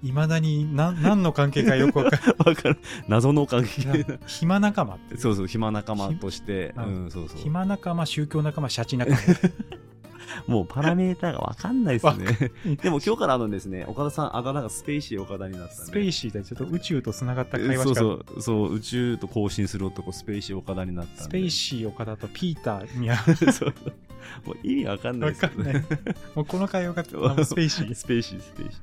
[SPEAKER 1] いまだに何何の関係かよくわかんない
[SPEAKER 2] わから謎の関 係
[SPEAKER 1] な暇仲間って
[SPEAKER 2] そうそう暇仲間として、う
[SPEAKER 1] ひ
[SPEAKER 2] ん、そうそう
[SPEAKER 1] 暇仲間宗教仲間シャチ仲間
[SPEAKER 2] もうパラメーターがわかんないですね
[SPEAKER 1] い
[SPEAKER 2] でも今日からあのですね岡田さんあだ名がスペイシー岡田になったんで
[SPEAKER 1] スペイシーでちょっと宇宙とつながった会話
[SPEAKER 2] そ
[SPEAKER 1] し
[SPEAKER 2] う
[SPEAKER 1] か
[SPEAKER 2] そうそう宇宙と交信する男スペイシー岡田になったんで
[SPEAKER 1] スペイシー岡田とピーターには
[SPEAKER 2] ー そうもう意味わかんない
[SPEAKER 1] 分
[SPEAKER 2] です
[SPEAKER 1] か
[SPEAKER 2] けど
[SPEAKER 1] んないもうこの会話があのスペイシー
[SPEAKER 2] スペーシー、スペーシー。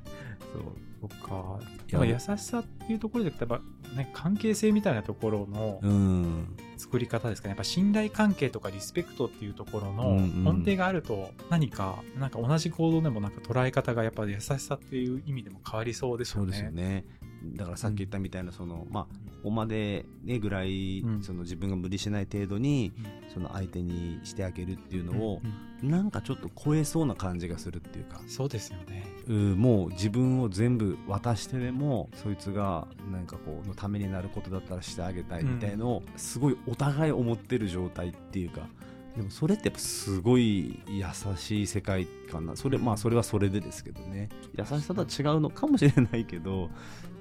[SPEAKER 2] そう。
[SPEAKER 1] とか、
[SPEAKER 2] いや
[SPEAKER 1] まあ、優しさっていうところで言ったら、ね、関係性みたいなところの
[SPEAKER 2] うん
[SPEAKER 1] 作り方ですかね、やっぱ信頼関係とかリスペクトっていうところ
[SPEAKER 2] う
[SPEAKER 1] の
[SPEAKER 2] んうん
[SPEAKER 1] 根底があると、何か、なんか同じ行動でもなんか捉え方がやっぱ優しさっていう意味でも変わりそうです
[SPEAKER 2] そ
[SPEAKER 1] よ
[SPEAKER 2] うですよ
[SPEAKER 1] ね。
[SPEAKER 2] ね。だからさっき言ったみたいな、その、まあ、おまでねぐらい、
[SPEAKER 1] うん
[SPEAKER 2] その自分が無理しない程度に
[SPEAKER 1] うん、
[SPEAKER 2] その相手にしてあげるっていう
[SPEAKER 1] うん
[SPEAKER 2] のを
[SPEAKER 1] う、ん
[SPEAKER 2] なんかちょっと超えそうな感じがするっていうか、
[SPEAKER 1] そうですよね。
[SPEAKER 2] うんもう自分を全部渡してでも、そいつがなんかこう、のためになることだったらしてあげたいみたいのを、すごいお互い思ってる状態っていうか、でもそれってやっぱすごい優しい世界観な。それ、まあそれはそれでですけどね。優しさとは違うのかもしれないけど、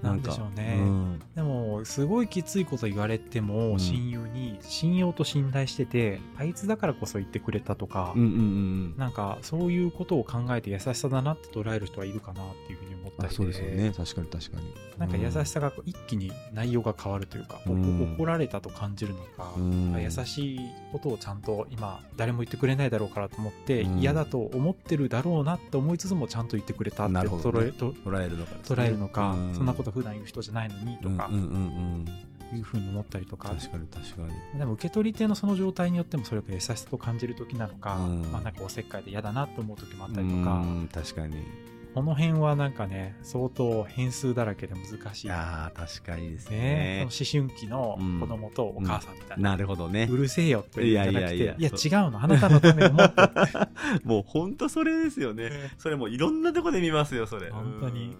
[SPEAKER 1] なんでしょうね。
[SPEAKER 2] ん
[SPEAKER 1] でも、すごいきついこと言われて
[SPEAKER 2] う
[SPEAKER 1] も、
[SPEAKER 2] ん
[SPEAKER 1] 親友に信用と信頼してて、あいつだからこそ言ってくれたとか
[SPEAKER 2] うん、うんうんうん。
[SPEAKER 1] なんかそういうことを考えて優しさだなって捉える人はいるかなっていうふうに思ったり
[SPEAKER 2] あ
[SPEAKER 1] で
[SPEAKER 2] そうですよね。確かに確かに。
[SPEAKER 1] なんか優し
[SPEAKER 2] さ。
[SPEAKER 1] さがこう一気に内容が変わるというか、
[SPEAKER 2] うん
[SPEAKER 1] 怒られたと感じるのか、
[SPEAKER 2] うん
[SPEAKER 1] 優しいことをちゃんと今誰も言ってくれないだろうからと思って、
[SPEAKER 2] うん
[SPEAKER 1] 嫌だと思ってるだろうなって思いつつもちゃんと言ってくれたって
[SPEAKER 2] なるほどね
[SPEAKER 1] 捉えと
[SPEAKER 2] 捉えるのかですね、
[SPEAKER 1] 捉えるのか、
[SPEAKER 2] う
[SPEAKER 1] そんなこと普段言う人じゃないのにとか
[SPEAKER 2] うんうんうんうん。
[SPEAKER 1] いうふうに思ったりとか、
[SPEAKER 2] 確かに確かに。
[SPEAKER 1] でも受け取り手のその状態によってもそれが優しさと感じる時なのか、
[SPEAKER 2] うん
[SPEAKER 1] まあ、なんかおせっかいで嫌だなって思う時もあ
[SPEAKER 2] あ
[SPEAKER 1] ったりとか。
[SPEAKER 2] 確かに。
[SPEAKER 1] この辺はなんかね、相当変数だらけで難しい。
[SPEAKER 2] いやー確かにです
[SPEAKER 1] ね、
[SPEAKER 2] ね。
[SPEAKER 1] その思春期の子供とお母さんみたいな。
[SPEAKER 2] なるほどね
[SPEAKER 1] う。るせえよって言うんじゃなくて、い
[SPEAKER 2] いや
[SPEAKER 1] や
[SPEAKER 2] いやいや
[SPEAKER 1] 違うの、あなたのために思って。
[SPEAKER 2] もう本当 それですよね。それもういろんなとこで見ますよ、それ。
[SPEAKER 1] 本当に
[SPEAKER 2] うん。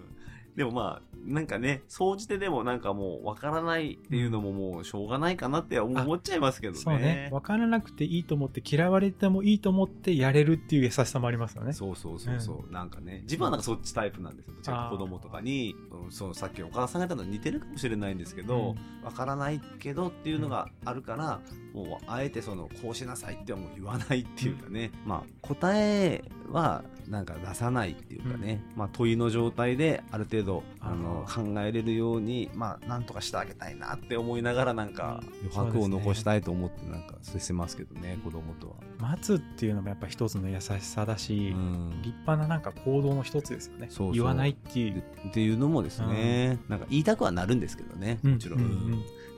[SPEAKER 2] でもまあ、なんかね、総じてでもなんかもうわからないっていうのももうしょうがないかなって思
[SPEAKER 1] あ
[SPEAKER 2] 思っちゃいますけどね。
[SPEAKER 1] そうね、分からなくていいと思って、嫌われてもいいと思ってやれるっていう優しさもありますよね。
[SPEAKER 2] そうそうそうそう、なんかね自分はなんかそっちタイプなんですよどちらかというと子供とかに、うん、そうさっきお母さんが言ったの似てるかもしれないんですけど、わからないけどっていうのがあるから、もうあえてそのこうしなさいってはもう言わないっていうかね、まあ答えはなんか出さないっていうかね、まあ問いの状態である程度あの
[SPEAKER 1] あ
[SPEAKER 2] 考えれるようにまあなんとかしてあげたいなって思いながらなんか
[SPEAKER 1] うん
[SPEAKER 2] 余白を
[SPEAKER 1] そうですね
[SPEAKER 2] 残したいと思ってなんか接せますけどね子供とは。
[SPEAKER 1] 待つっていうのもやっぱ一つの優しさだし、
[SPEAKER 2] うん
[SPEAKER 1] 立派ななんか行動の一つですよね。
[SPEAKER 2] そうそう
[SPEAKER 1] 言わないっていう。
[SPEAKER 2] っていうのもですね、なんか言いたくはなるんですけどね、もちろん,、
[SPEAKER 1] ううん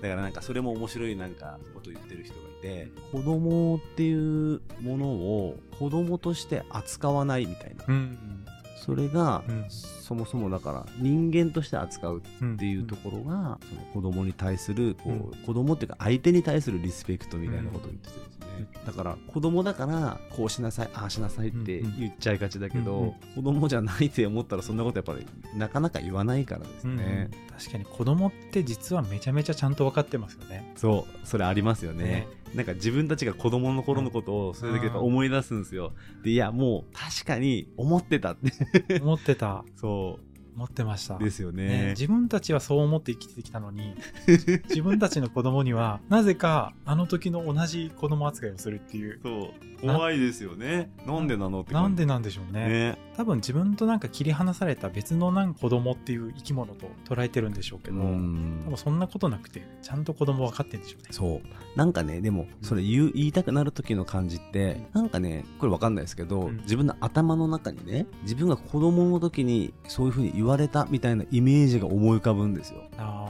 [SPEAKER 2] だからなんかそれも面白いなんかこと言ってる人がいて子供っていうものを子供として扱わないみたいな、
[SPEAKER 1] うんうん
[SPEAKER 2] それが、
[SPEAKER 1] うん
[SPEAKER 2] そもそもだから人間として扱う
[SPEAKER 1] うん
[SPEAKER 2] っていうところが、その子供に対するこう、
[SPEAKER 1] うん
[SPEAKER 2] 子供っていうか相手に対するリスペクトみたいなことを言っててですね、だから子供だからこうしなさいああしなさいって
[SPEAKER 1] うんうん
[SPEAKER 2] 言っちゃいがちだけど、
[SPEAKER 1] うんうん
[SPEAKER 2] 子供じゃないって思ったらそんなことやっぱりなかなか言わないからで
[SPEAKER 1] う
[SPEAKER 2] す
[SPEAKER 1] んうん
[SPEAKER 2] ね、
[SPEAKER 1] 確かに子供って実はめちゃめちゃちゃんと分かってますよね。
[SPEAKER 2] そうそれありますよね
[SPEAKER 1] ね
[SPEAKER 2] なんか自分たちが子供の頃のことをそれだけやっぱ思い出すんですよでいやもう確かに思ってたって
[SPEAKER 1] 思ってた、
[SPEAKER 2] そ
[SPEAKER 1] 思ってました。
[SPEAKER 2] うですよね
[SPEAKER 1] ね、自分たちはそう思って生きてきたのに自分たちの子供にはなぜかあの時の同じ子供扱いをするっていう
[SPEAKER 2] そう怖いですよねなんでなのって
[SPEAKER 1] なん
[SPEAKER 2] 感じ
[SPEAKER 1] でなんでしょうね
[SPEAKER 2] ね
[SPEAKER 1] 多分自分となんか切り離された別のなんか子供っていう生き物と捉えてるんでしょうけど、
[SPEAKER 2] うん
[SPEAKER 1] 多分そんなことなくてちゃんと子供分かってるんでしょうね
[SPEAKER 2] そうなんかねでもそれ言う言いたくなる時の感じってなんかねこれわかんないですけど、
[SPEAKER 1] うん
[SPEAKER 2] 自分の頭の中にね自分が子供の時にそういうふうに言われたみたいなイメージが思い浮かぶんですよ
[SPEAKER 1] あ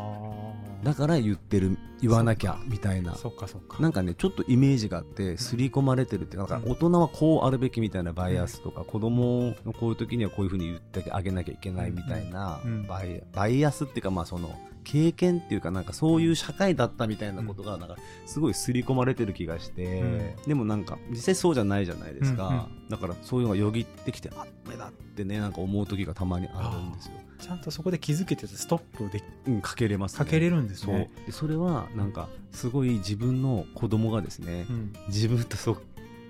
[SPEAKER 2] だから言ってる言わなきゃみたい
[SPEAKER 1] あ
[SPEAKER 2] な
[SPEAKER 1] そっかそっか
[SPEAKER 2] なんかねちょっとイメージがあって刷り込まれてるっていうかなんか大人はこうあるべきみたいなバイアスとか子供のこういう時にはこういうふうに言ってあげなきゃいけないみたいな
[SPEAKER 1] うん
[SPEAKER 2] バイバイアスっていうかまあその経験っていうかなんかそういう社会だったみたいなことがなんかすごい刷り込まれてる気がして、
[SPEAKER 1] うん
[SPEAKER 2] でもなんか実際そうじゃないじゃないですか、
[SPEAKER 1] うん
[SPEAKER 2] だからそういうのがよぎってきてあダメだってねなんか思う時がたまにあるんですよ。
[SPEAKER 1] ちゃんとそこで気づけててストップで
[SPEAKER 2] うん、かけれます、ね、
[SPEAKER 1] かけれるんです
[SPEAKER 2] そう
[SPEAKER 1] ね
[SPEAKER 2] でそれはなんかすごい自分の子供がですね、
[SPEAKER 1] うん
[SPEAKER 2] 自分とそっ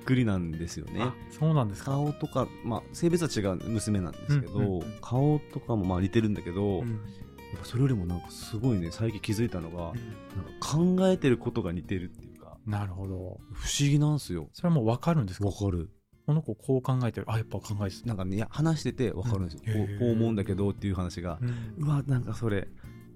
[SPEAKER 2] くりなんですよね
[SPEAKER 1] あそうなんですか
[SPEAKER 2] 顔とか、まあ、性別は違う娘なんですけど、
[SPEAKER 1] うんうんうん
[SPEAKER 2] 顔とかもまあ似てるんだけど、
[SPEAKER 1] う
[SPEAKER 2] やっ
[SPEAKER 1] ん
[SPEAKER 2] ぱそれよりもなんかすごいね最近気づいたのが、なんか考えてることが似てるっていうか
[SPEAKER 1] なるほど
[SPEAKER 2] 不思議なんですよ
[SPEAKER 1] それはもう分かるんですか
[SPEAKER 2] わかる
[SPEAKER 1] この子こう考えてるあやっぱ考えてた
[SPEAKER 2] なんかねいや話しててわかるんですよ、
[SPEAKER 1] うん
[SPEAKER 2] こ
[SPEAKER 1] へ
[SPEAKER 2] う
[SPEAKER 1] ー
[SPEAKER 2] こう思うんだけどっていう話が、
[SPEAKER 1] うん
[SPEAKER 2] うわなんかそれ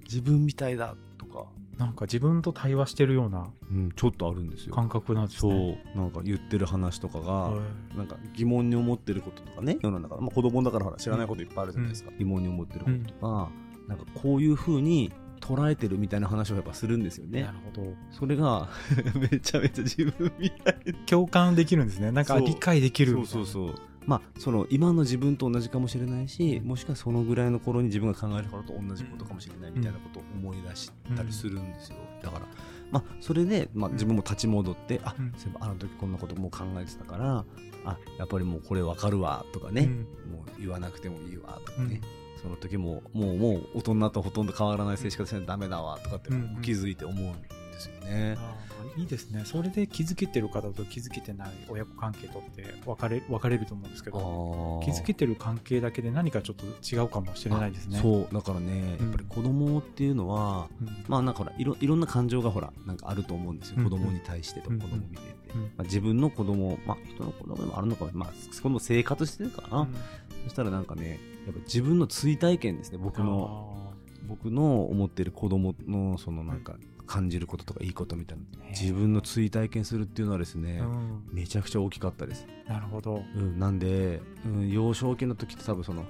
[SPEAKER 2] 自分みたいだとか、
[SPEAKER 1] なんか自分と対話してるような
[SPEAKER 2] うん、ちょっとあるんですよ。
[SPEAKER 1] 感覚なんです
[SPEAKER 2] そ
[SPEAKER 1] ね。
[SPEAKER 2] うなんか言ってる話とかが、
[SPEAKER 1] はい
[SPEAKER 2] なんか疑問に思ってることとかね世の中、まあ、子供だからほら知らないこといっぱいあるじゃないですか、疑問に思ってることとか、なんかこういう風に捉えてるみたいな話をやっぱするんですよね
[SPEAKER 1] なるほど。
[SPEAKER 2] それが めちゃめちゃ自分みたい
[SPEAKER 1] 共感できるんですね。なんか
[SPEAKER 2] そう
[SPEAKER 1] 理解できる。
[SPEAKER 2] そうそうそうまあその今の自分と同じかもしれないしもしくはそのぐらいの頃に自分が考える頃と同じことかもしれないみたいなことを思い出したりするんですよ、だからまあそれで、まあ、自分も立ち戻って、あ
[SPEAKER 1] うん
[SPEAKER 2] そういえばあの時こんなこともう考えてたからあやっぱりもうこれわかるわとか
[SPEAKER 1] う
[SPEAKER 2] ね、
[SPEAKER 1] ん
[SPEAKER 2] もう言わなくてもいいわとかね、その時ももうもう大人とほとんど変わらない接し方しないとダメだわとかって
[SPEAKER 1] うん
[SPEAKER 2] 気づいて思うんですよね、
[SPEAKER 1] あーいいですね。それで気づけてる方と気づけてない親子関係とって分かれ分かれると思うんですけど、
[SPEAKER 2] あー
[SPEAKER 1] 気づけてる関係だけで何かちょっと違うかもしれないですね。
[SPEAKER 2] あそうだからね
[SPEAKER 1] うん
[SPEAKER 2] やっぱり子供っていうのは、
[SPEAKER 1] うん。
[SPEAKER 2] まあなんかほらいろいろんな感情がほらなんかあると思うんですよ、
[SPEAKER 1] うん
[SPEAKER 2] 子供に対して
[SPEAKER 1] う
[SPEAKER 2] とか
[SPEAKER 1] ん
[SPEAKER 2] 子供見てて、
[SPEAKER 1] うん
[SPEAKER 2] まあ、自分の子供まあ人の子供でもあるのかもまあその生活してるかな、
[SPEAKER 1] うん
[SPEAKER 2] そしたらなんかねやっぱ自分の追体験ですね僕の僕の思ってる子供のそのなんか感じることとかいいことみたいな
[SPEAKER 1] あー
[SPEAKER 2] 自分の追体験するっていうのはですね、
[SPEAKER 1] うん
[SPEAKER 2] めちゃくちゃ大きかったです
[SPEAKER 1] なるほど。
[SPEAKER 2] うん、なんで、うん、幼少期の時って多分その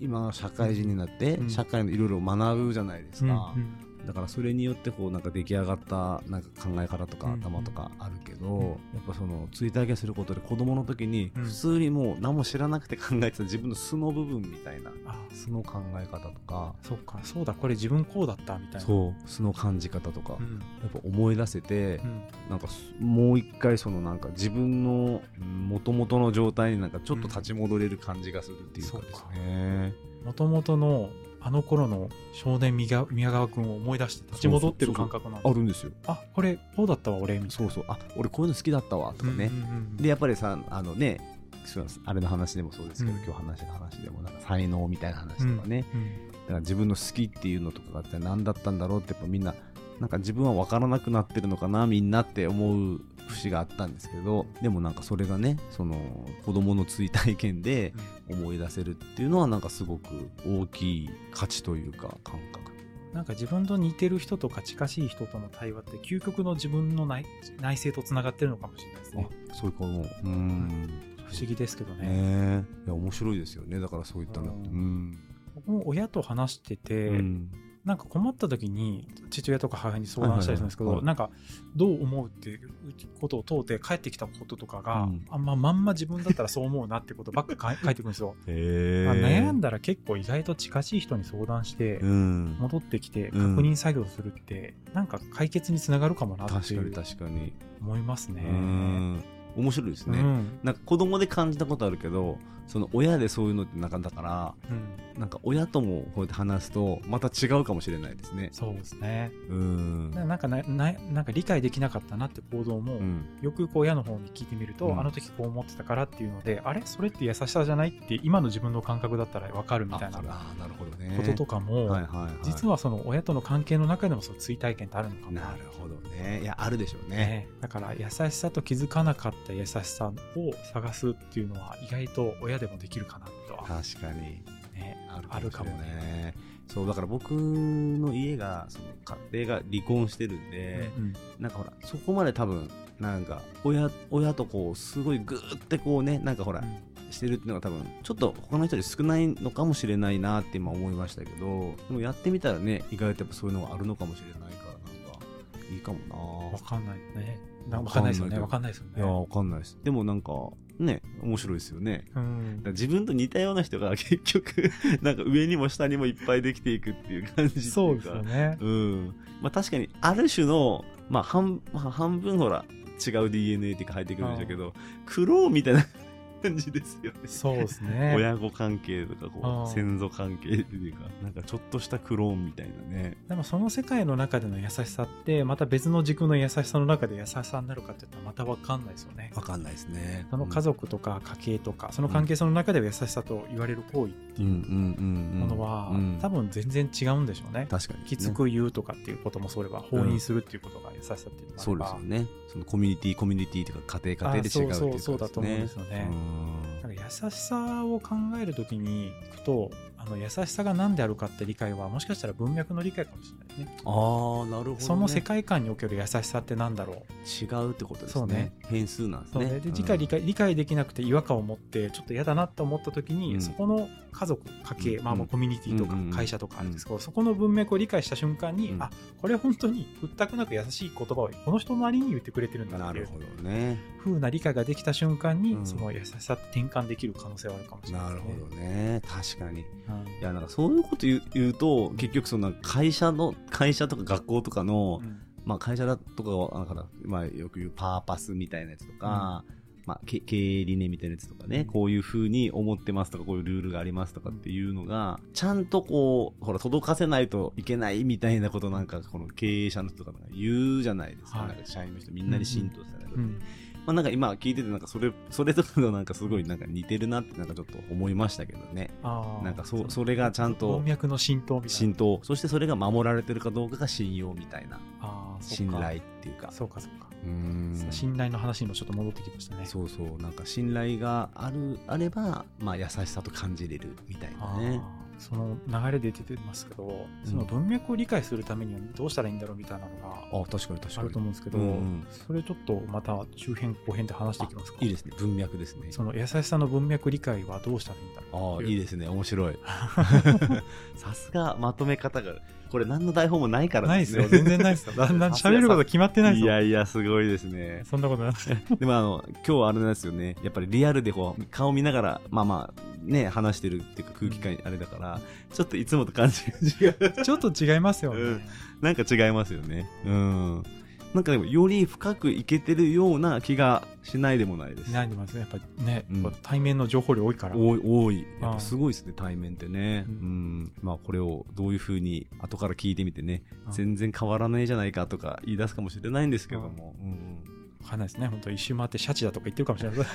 [SPEAKER 2] 今社会人になって、
[SPEAKER 1] うん
[SPEAKER 2] 社会のいろいろ学ぶじゃないですか、
[SPEAKER 1] うん
[SPEAKER 2] だからそれによってこうなんか出来上がったなんか考え方と
[SPEAKER 1] う
[SPEAKER 2] か
[SPEAKER 1] ん
[SPEAKER 2] 頭とかあるけど、
[SPEAKER 1] ん
[SPEAKER 2] やっぱその追体験することで子供の時に
[SPEAKER 1] うん
[SPEAKER 2] 普通にもう何も知らなくて考えてた自分の素の部分みたいな
[SPEAKER 1] うんあ
[SPEAKER 2] 素の考え方とか、
[SPEAKER 1] そっかそうだこれ自分こうだったみたいな。う。
[SPEAKER 2] そう素の感じ方とか、
[SPEAKER 1] ん
[SPEAKER 2] やっぱ思い出せて、
[SPEAKER 1] うん
[SPEAKER 2] なんかすもう一回そのなんか自分のもともとの状態になんかちょっと立ち戻れる感じがするっていうかですね。
[SPEAKER 1] もともとのあの頃の少年宮宮川君を思い出して立ち戻ってる感覚なん
[SPEAKER 2] あ
[SPEAKER 1] だ
[SPEAKER 2] るんですよ。
[SPEAKER 1] あこれこうだったわ俺みたい
[SPEAKER 2] そうそうあ俺こういうの好きだったわとか
[SPEAKER 1] な。
[SPEAKER 2] ね。
[SPEAKER 1] うんうんうん
[SPEAKER 2] でやっぱりさあのねそうなんですあれの話でもそうですけど、
[SPEAKER 1] うん
[SPEAKER 2] 今日話した話でもなんか才能みたいな話とかね、
[SPEAKER 1] うん
[SPEAKER 2] だから自分の好きっていうのとかがあって何だったんだろうってやっぱみんななんか自分は分からなくなってるのかなみんなって思う節があったんですけどでもなんかそれがねその子供の追体験で、
[SPEAKER 1] うん
[SPEAKER 2] 思い出せるっていうのはなんかすごく大きい価値というか感覚
[SPEAKER 1] なんか自分と似てる人とか近しい人との対話って究極の自分の内内省とつながってるのかもしれないですね。
[SPEAKER 2] あそういうこのうん
[SPEAKER 1] 不思議ですけどね。
[SPEAKER 2] ねえいや面白いですよねだからそういったのって
[SPEAKER 1] う
[SPEAKER 2] うん
[SPEAKER 1] 僕も親と話してて、
[SPEAKER 2] うん
[SPEAKER 1] なんか困った時に父親とか母親に相談したりするんですけど、
[SPEAKER 2] はいはい
[SPEAKER 1] なんかどう思うっていうことを問うて帰ってきたこととかが、
[SPEAKER 2] うん
[SPEAKER 1] あんままんま自分だったらそう思うなってことばっか 書いてくるんですよ。
[SPEAKER 2] へ
[SPEAKER 1] まあ
[SPEAKER 2] え
[SPEAKER 1] 悩んだら結構意外と近しい人に相談して、
[SPEAKER 2] うん
[SPEAKER 1] 戻ってきて確
[SPEAKER 2] うん
[SPEAKER 1] 認作業するって、なんか解決につながるかもなっ
[SPEAKER 2] 確
[SPEAKER 1] て
[SPEAKER 2] か
[SPEAKER 1] い
[SPEAKER 2] に
[SPEAKER 1] う
[SPEAKER 2] 確かに
[SPEAKER 1] 思いますね。
[SPEAKER 2] うん面白いです
[SPEAKER 1] うん
[SPEAKER 2] ね、なんか子供で感じたことあるけどその親でそういうのってなかだから
[SPEAKER 1] うん
[SPEAKER 2] なんか親ともこうやって話すとまた違うかもしれないですね
[SPEAKER 1] そうですね。
[SPEAKER 2] うん
[SPEAKER 1] ななんかなななんか理解できなかったなって行動も、
[SPEAKER 2] うん
[SPEAKER 1] よくこう親の方に聞いてみると、
[SPEAKER 2] うん
[SPEAKER 1] あの時こう思ってたからっていうので、あれそれって優しさじゃないって今の自分の感覚だったらわかるみ
[SPEAKER 2] あ
[SPEAKER 1] たいなこ
[SPEAKER 2] あなるほどね
[SPEAKER 1] ととかも、
[SPEAKER 2] はいはいはい
[SPEAKER 1] 実はその親との関係の中でもそう追体験ってあるのかも
[SPEAKER 2] なるほどね。いや、あるでしょうね。
[SPEAKER 1] ね、だから優しさと気づかなかった優しさを探すっていうのは意外と親でもできるかなとは、
[SPEAKER 2] 確かに。
[SPEAKER 1] ね、
[SPEAKER 2] ある
[SPEAKER 1] あるかも
[SPEAKER 2] しれないね。そう、だから僕の家が、その家庭が離婚してるんで、
[SPEAKER 1] うん
[SPEAKER 2] なんかほら、そこまで多分、なんか、親、親とこう、すごいグーってこうね、なんかほら、してるっていうのが多分、ちょっと他の人より少ないのかもしれないなって今思いましたけど、でもやってみたらね、意外とやっぱそういうのがあるのかもしれないから、なんか、いいかも
[SPEAKER 1] わ
[SPEAKER 2] な
[SPEAKER 1] かんないねなわかんないですよねわ
[SPEAKER 2] わ
[SPEAKER 1] か
[SPEAKER 2] か
[SPEAKER 1] んないですよ
[SPEAKER 2] いや、
[SPEAKER 1] ね
[SPEAKER 2] わかんないです。でもなんか、ね、面白いですよね。
[SPEAKER 1] うん
[SPEAKER 2] だから自分と似たような人が結局 なんか上にも下にもいっぱいできていくっていう感じっていか
[SPEAKER 1] そうですよね
[SPEAKER 2] うんまあ、確かにある種の、まあ、半まあ半分ほら違う DNA っていうか入ってくるんでしょうけど苦労みたいな感じですよね
[SPEAKER 1] そうです ね
[SPEAKER 2] 親子関係とか
[SPEAKER 1] あ
[SPEAKER 2] こ
[SPEAKER 1] あ
[SPEAKER 2] う先祖関係っていうかなんかちょっとした苦労みたいなね
[SPEAKER 1] でもその世界の中での優しさってまた別の軸の優しさの中で優しさになるかって言ったらまたわかんないですよね
[SPEAKER 2] わかんないですね
[SPEAKER 1] その家族とか家計とかその関係その中では優しさと言われる行為って
[SPEAKER 2] う
[SPEAKER 1] いう
[SPEAKER 2] んうんうんうん
[SPEAKER 1] ものは、
[SPEAKER 2] うん
[SPEAKER 1] 多分全然違うんでしょうね
[SPEAKER 2] 確かに、
[SPEAKER 1] きつく言うとかっていうこともそうれば、放任するっていうことが優しさっていうのもあ
[SPEAKER 2] そ
[SPEAKER 1] れ
[SPEAKER 2] うで
[SPEAKER 1] ば
[SPEAKER 2] すよねそのコミュニティコミュニティとか家庭家庭で違うっていう
[SPEAKER 1] あ
[SPEAKER 2] か
[SPEAKER 1] そうそうそうだと思うんですよね
[SPEAKER 2] うん
[SPEAKER 1] なんか優しさを考えるときにいくとあのの優しさが何であるかって理解はもしかしたら文脈の理解かもしれないね
[SPEAKER 2] あーなるほど、ね、
[SPEAKER 1] その世界観における優しさってなんだろう
[SPEAKER 2] 違うってことですね
[SPEAKER 1] そうね
[SPEAKER 2] 変数なんです
[SPEAKER 1] そう
[SPEAKER 2] ね
[SPEAKER 1] ねで次回理解,、理解できなくて違和感を持ってちょっと嫌だなと思った時に、
[SPEAKER 2] うん
[SPEAKER 1] そこの家族家計、
[SPEAKER 2] うん
[SPEAKER 1] まあ、ま
[SPEAKER 2] う
[SPEAKER 1] あ
[SPEAKER 2] ん
[SPEAKER 1] コミュニティとか
[SPEAKER 2] うん
[SPEAKER 1] 会社とかあるんですけど、そこの文脈を理解した瞬間に、
[SPEAKER 2] うん
[SPEAKER 1] あこれ本当にぶったくなく優しい言葉をこの人なりに言ってくれてるん
[SPEAKER 2] うん
[SPEAKER 1] だ
[SPEAKER 2] な
[SPEAKER 1] ってい
[SPEAKER 2] る
[SPEAKER 1] う
[SPEAKER 2] ほどね
[SPEAKER 1] 風な理解ができた瞬間に、
[SPEAKER 2] うん
[SPEAKER 1] その優しさって転換できる可能性はあるかもしれな
[SPEAKER 2] ない
[SPEAKER 1] で
[SPEAKER 2] る
[SPEAKER 1] すね。
[SPEAKER 2] ほどね確か
[SPEAKER 1] う
[SPEAKER 2] に
[SPEAKER 1] ん
[SPEAKER 2] いやなんかそういうこと言う言うと結局その会社の会社とか学校とかの、
[SPEAKER 1] うん
[SPEAKER 2] まあ、会社だとかはだから、まあ、よく言うパーパスみたいなやつとか、まあ、け経営理念みたいなやつとかね、
[SPEAKER 1] うん
[SPEAKER 2] こういうふうに思ってますとかこういうルールがありますとかっていうのがちゃんとこうほら届かせないといけないみたいなことなんかこの経営者の人とかなんか言うじゃないですか,、
[SPEAKER 1] はい
[SPEAKER 2] なんか社員の人みんなに浸透したら、
[SPEAKER 1] うん
[SPEAKER 2] まあ、なんか今聞いててなんかそれ それとかのなんかすごいなんか似てるなってなんかちょっと思いましたけどね
[SPEAKER 1] あー
[SPEAKER 2] なんかそそれがちゃんと
[SPEAKER 1] 文脈の浸透みたい
[SPEAKER 2] 浸
[SPEAKER 1] な
[SPEAKER 2] 透そしてそれが守られてるかどうかが信用みたいな
[SPEAKER 1] あーそ
[SPEAKER 2] 信
[SPEAKER 1] っか
[SPEAKER 2] 頼っていうか
[SPEAKER 1] そうかそうか、
[SPEAKER 2] うーん
[SPEAKER 1] 信頼の話にもちょっと戻ってきましたね
[SPEAKER 2] そうそうなんか信頼があるあれば、まあ、優しさと感じれるみたいな
[SPEAKER 1] あ
[SPEAKER 2] ね
[SPEAKER 1] ーその流れで出てますけどその文脈を理解するためにはどうしたらいいんだろうみたいなのが
[SPEAKER 2] あ確かに確
[SPEAKER 1] あると思うんですけど、
[SPEAKER 2] うんうん
[SPEAKER 1] それちょっとまた周辺後編で話していきますか
[SPEAKER 2] いいですね文脈ですね
[SPEAKER 1] その優しさの文脈理解はどうしたらいいんだろ
[SPEAKER 2] あ
[SPEAKER 1] う
[SPEAKER 2] あ
[SPEAKER 1] っ
[SPEAKER 2] いい
[SPEAKER 1] で
[SPEAKER 2] ですね面白い さすがまとめ方がこれ何の台本もないから
[SPEAKER 1] ないですよ全然ない ですよだんだん喋ること決まってないです
[SPEAKER 2] い
[SPEAKER 1] よ
[SPEAKER 2] やいやすごいですね
[SPEAKER 1] そんなことない
[SPEAKER 2] でもあの今日はあれなんですよねやっぱりリアルでこう顔見ながらまあまあね話してるっていうか空気感あれだからちょっといつもと感じが違う
[SPEAKER 1] ちょっと違いますよね、
[SPEAKER 2] うんなんか違いますよねうんなんかでもより深くいけてるような気がしないでもないです
[SPEAKER 1] ないでますねやっぱね、
[SPEAKER 2] うん
[SPEAKER 1] やっぱ対面の情報量多いから
[SPEAKER 2] 多い多いやっ
[SPEAKER 1] あ
[SPEAKER 2] ぱ
[SPEAKER 1] あ
[SPEAKER 2] すごいですね対面ってねう
[SPEAKER 1] うん
[SPEAKER 2] ん、まあこれをどういうふうに後から聞いてみてね
[SPEAKER 1] ああ
[SPEAKER 2] 全然変わらないじゃないかとか言い出すかもしれないんですけども、うんうん
[SPEAKER 1] わかんないですね本当一周回ってシャチだとか言ってるかもしれない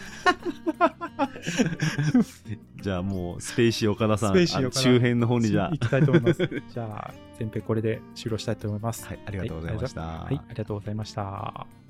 [SPEAKER 2] じゃあもうスペーシー岡田さん
[SPEAKER 1] スペーシー岡田
[SPEAKER 2] あの周辺の方にじゃあ
[SPEAKER 1] 行きたいと思いますじゃあ前編これで終了したいと思います
[SPEAKER 2] はい、ありがとうございました。
[SPEAKER 1] はい、ありがとうございました。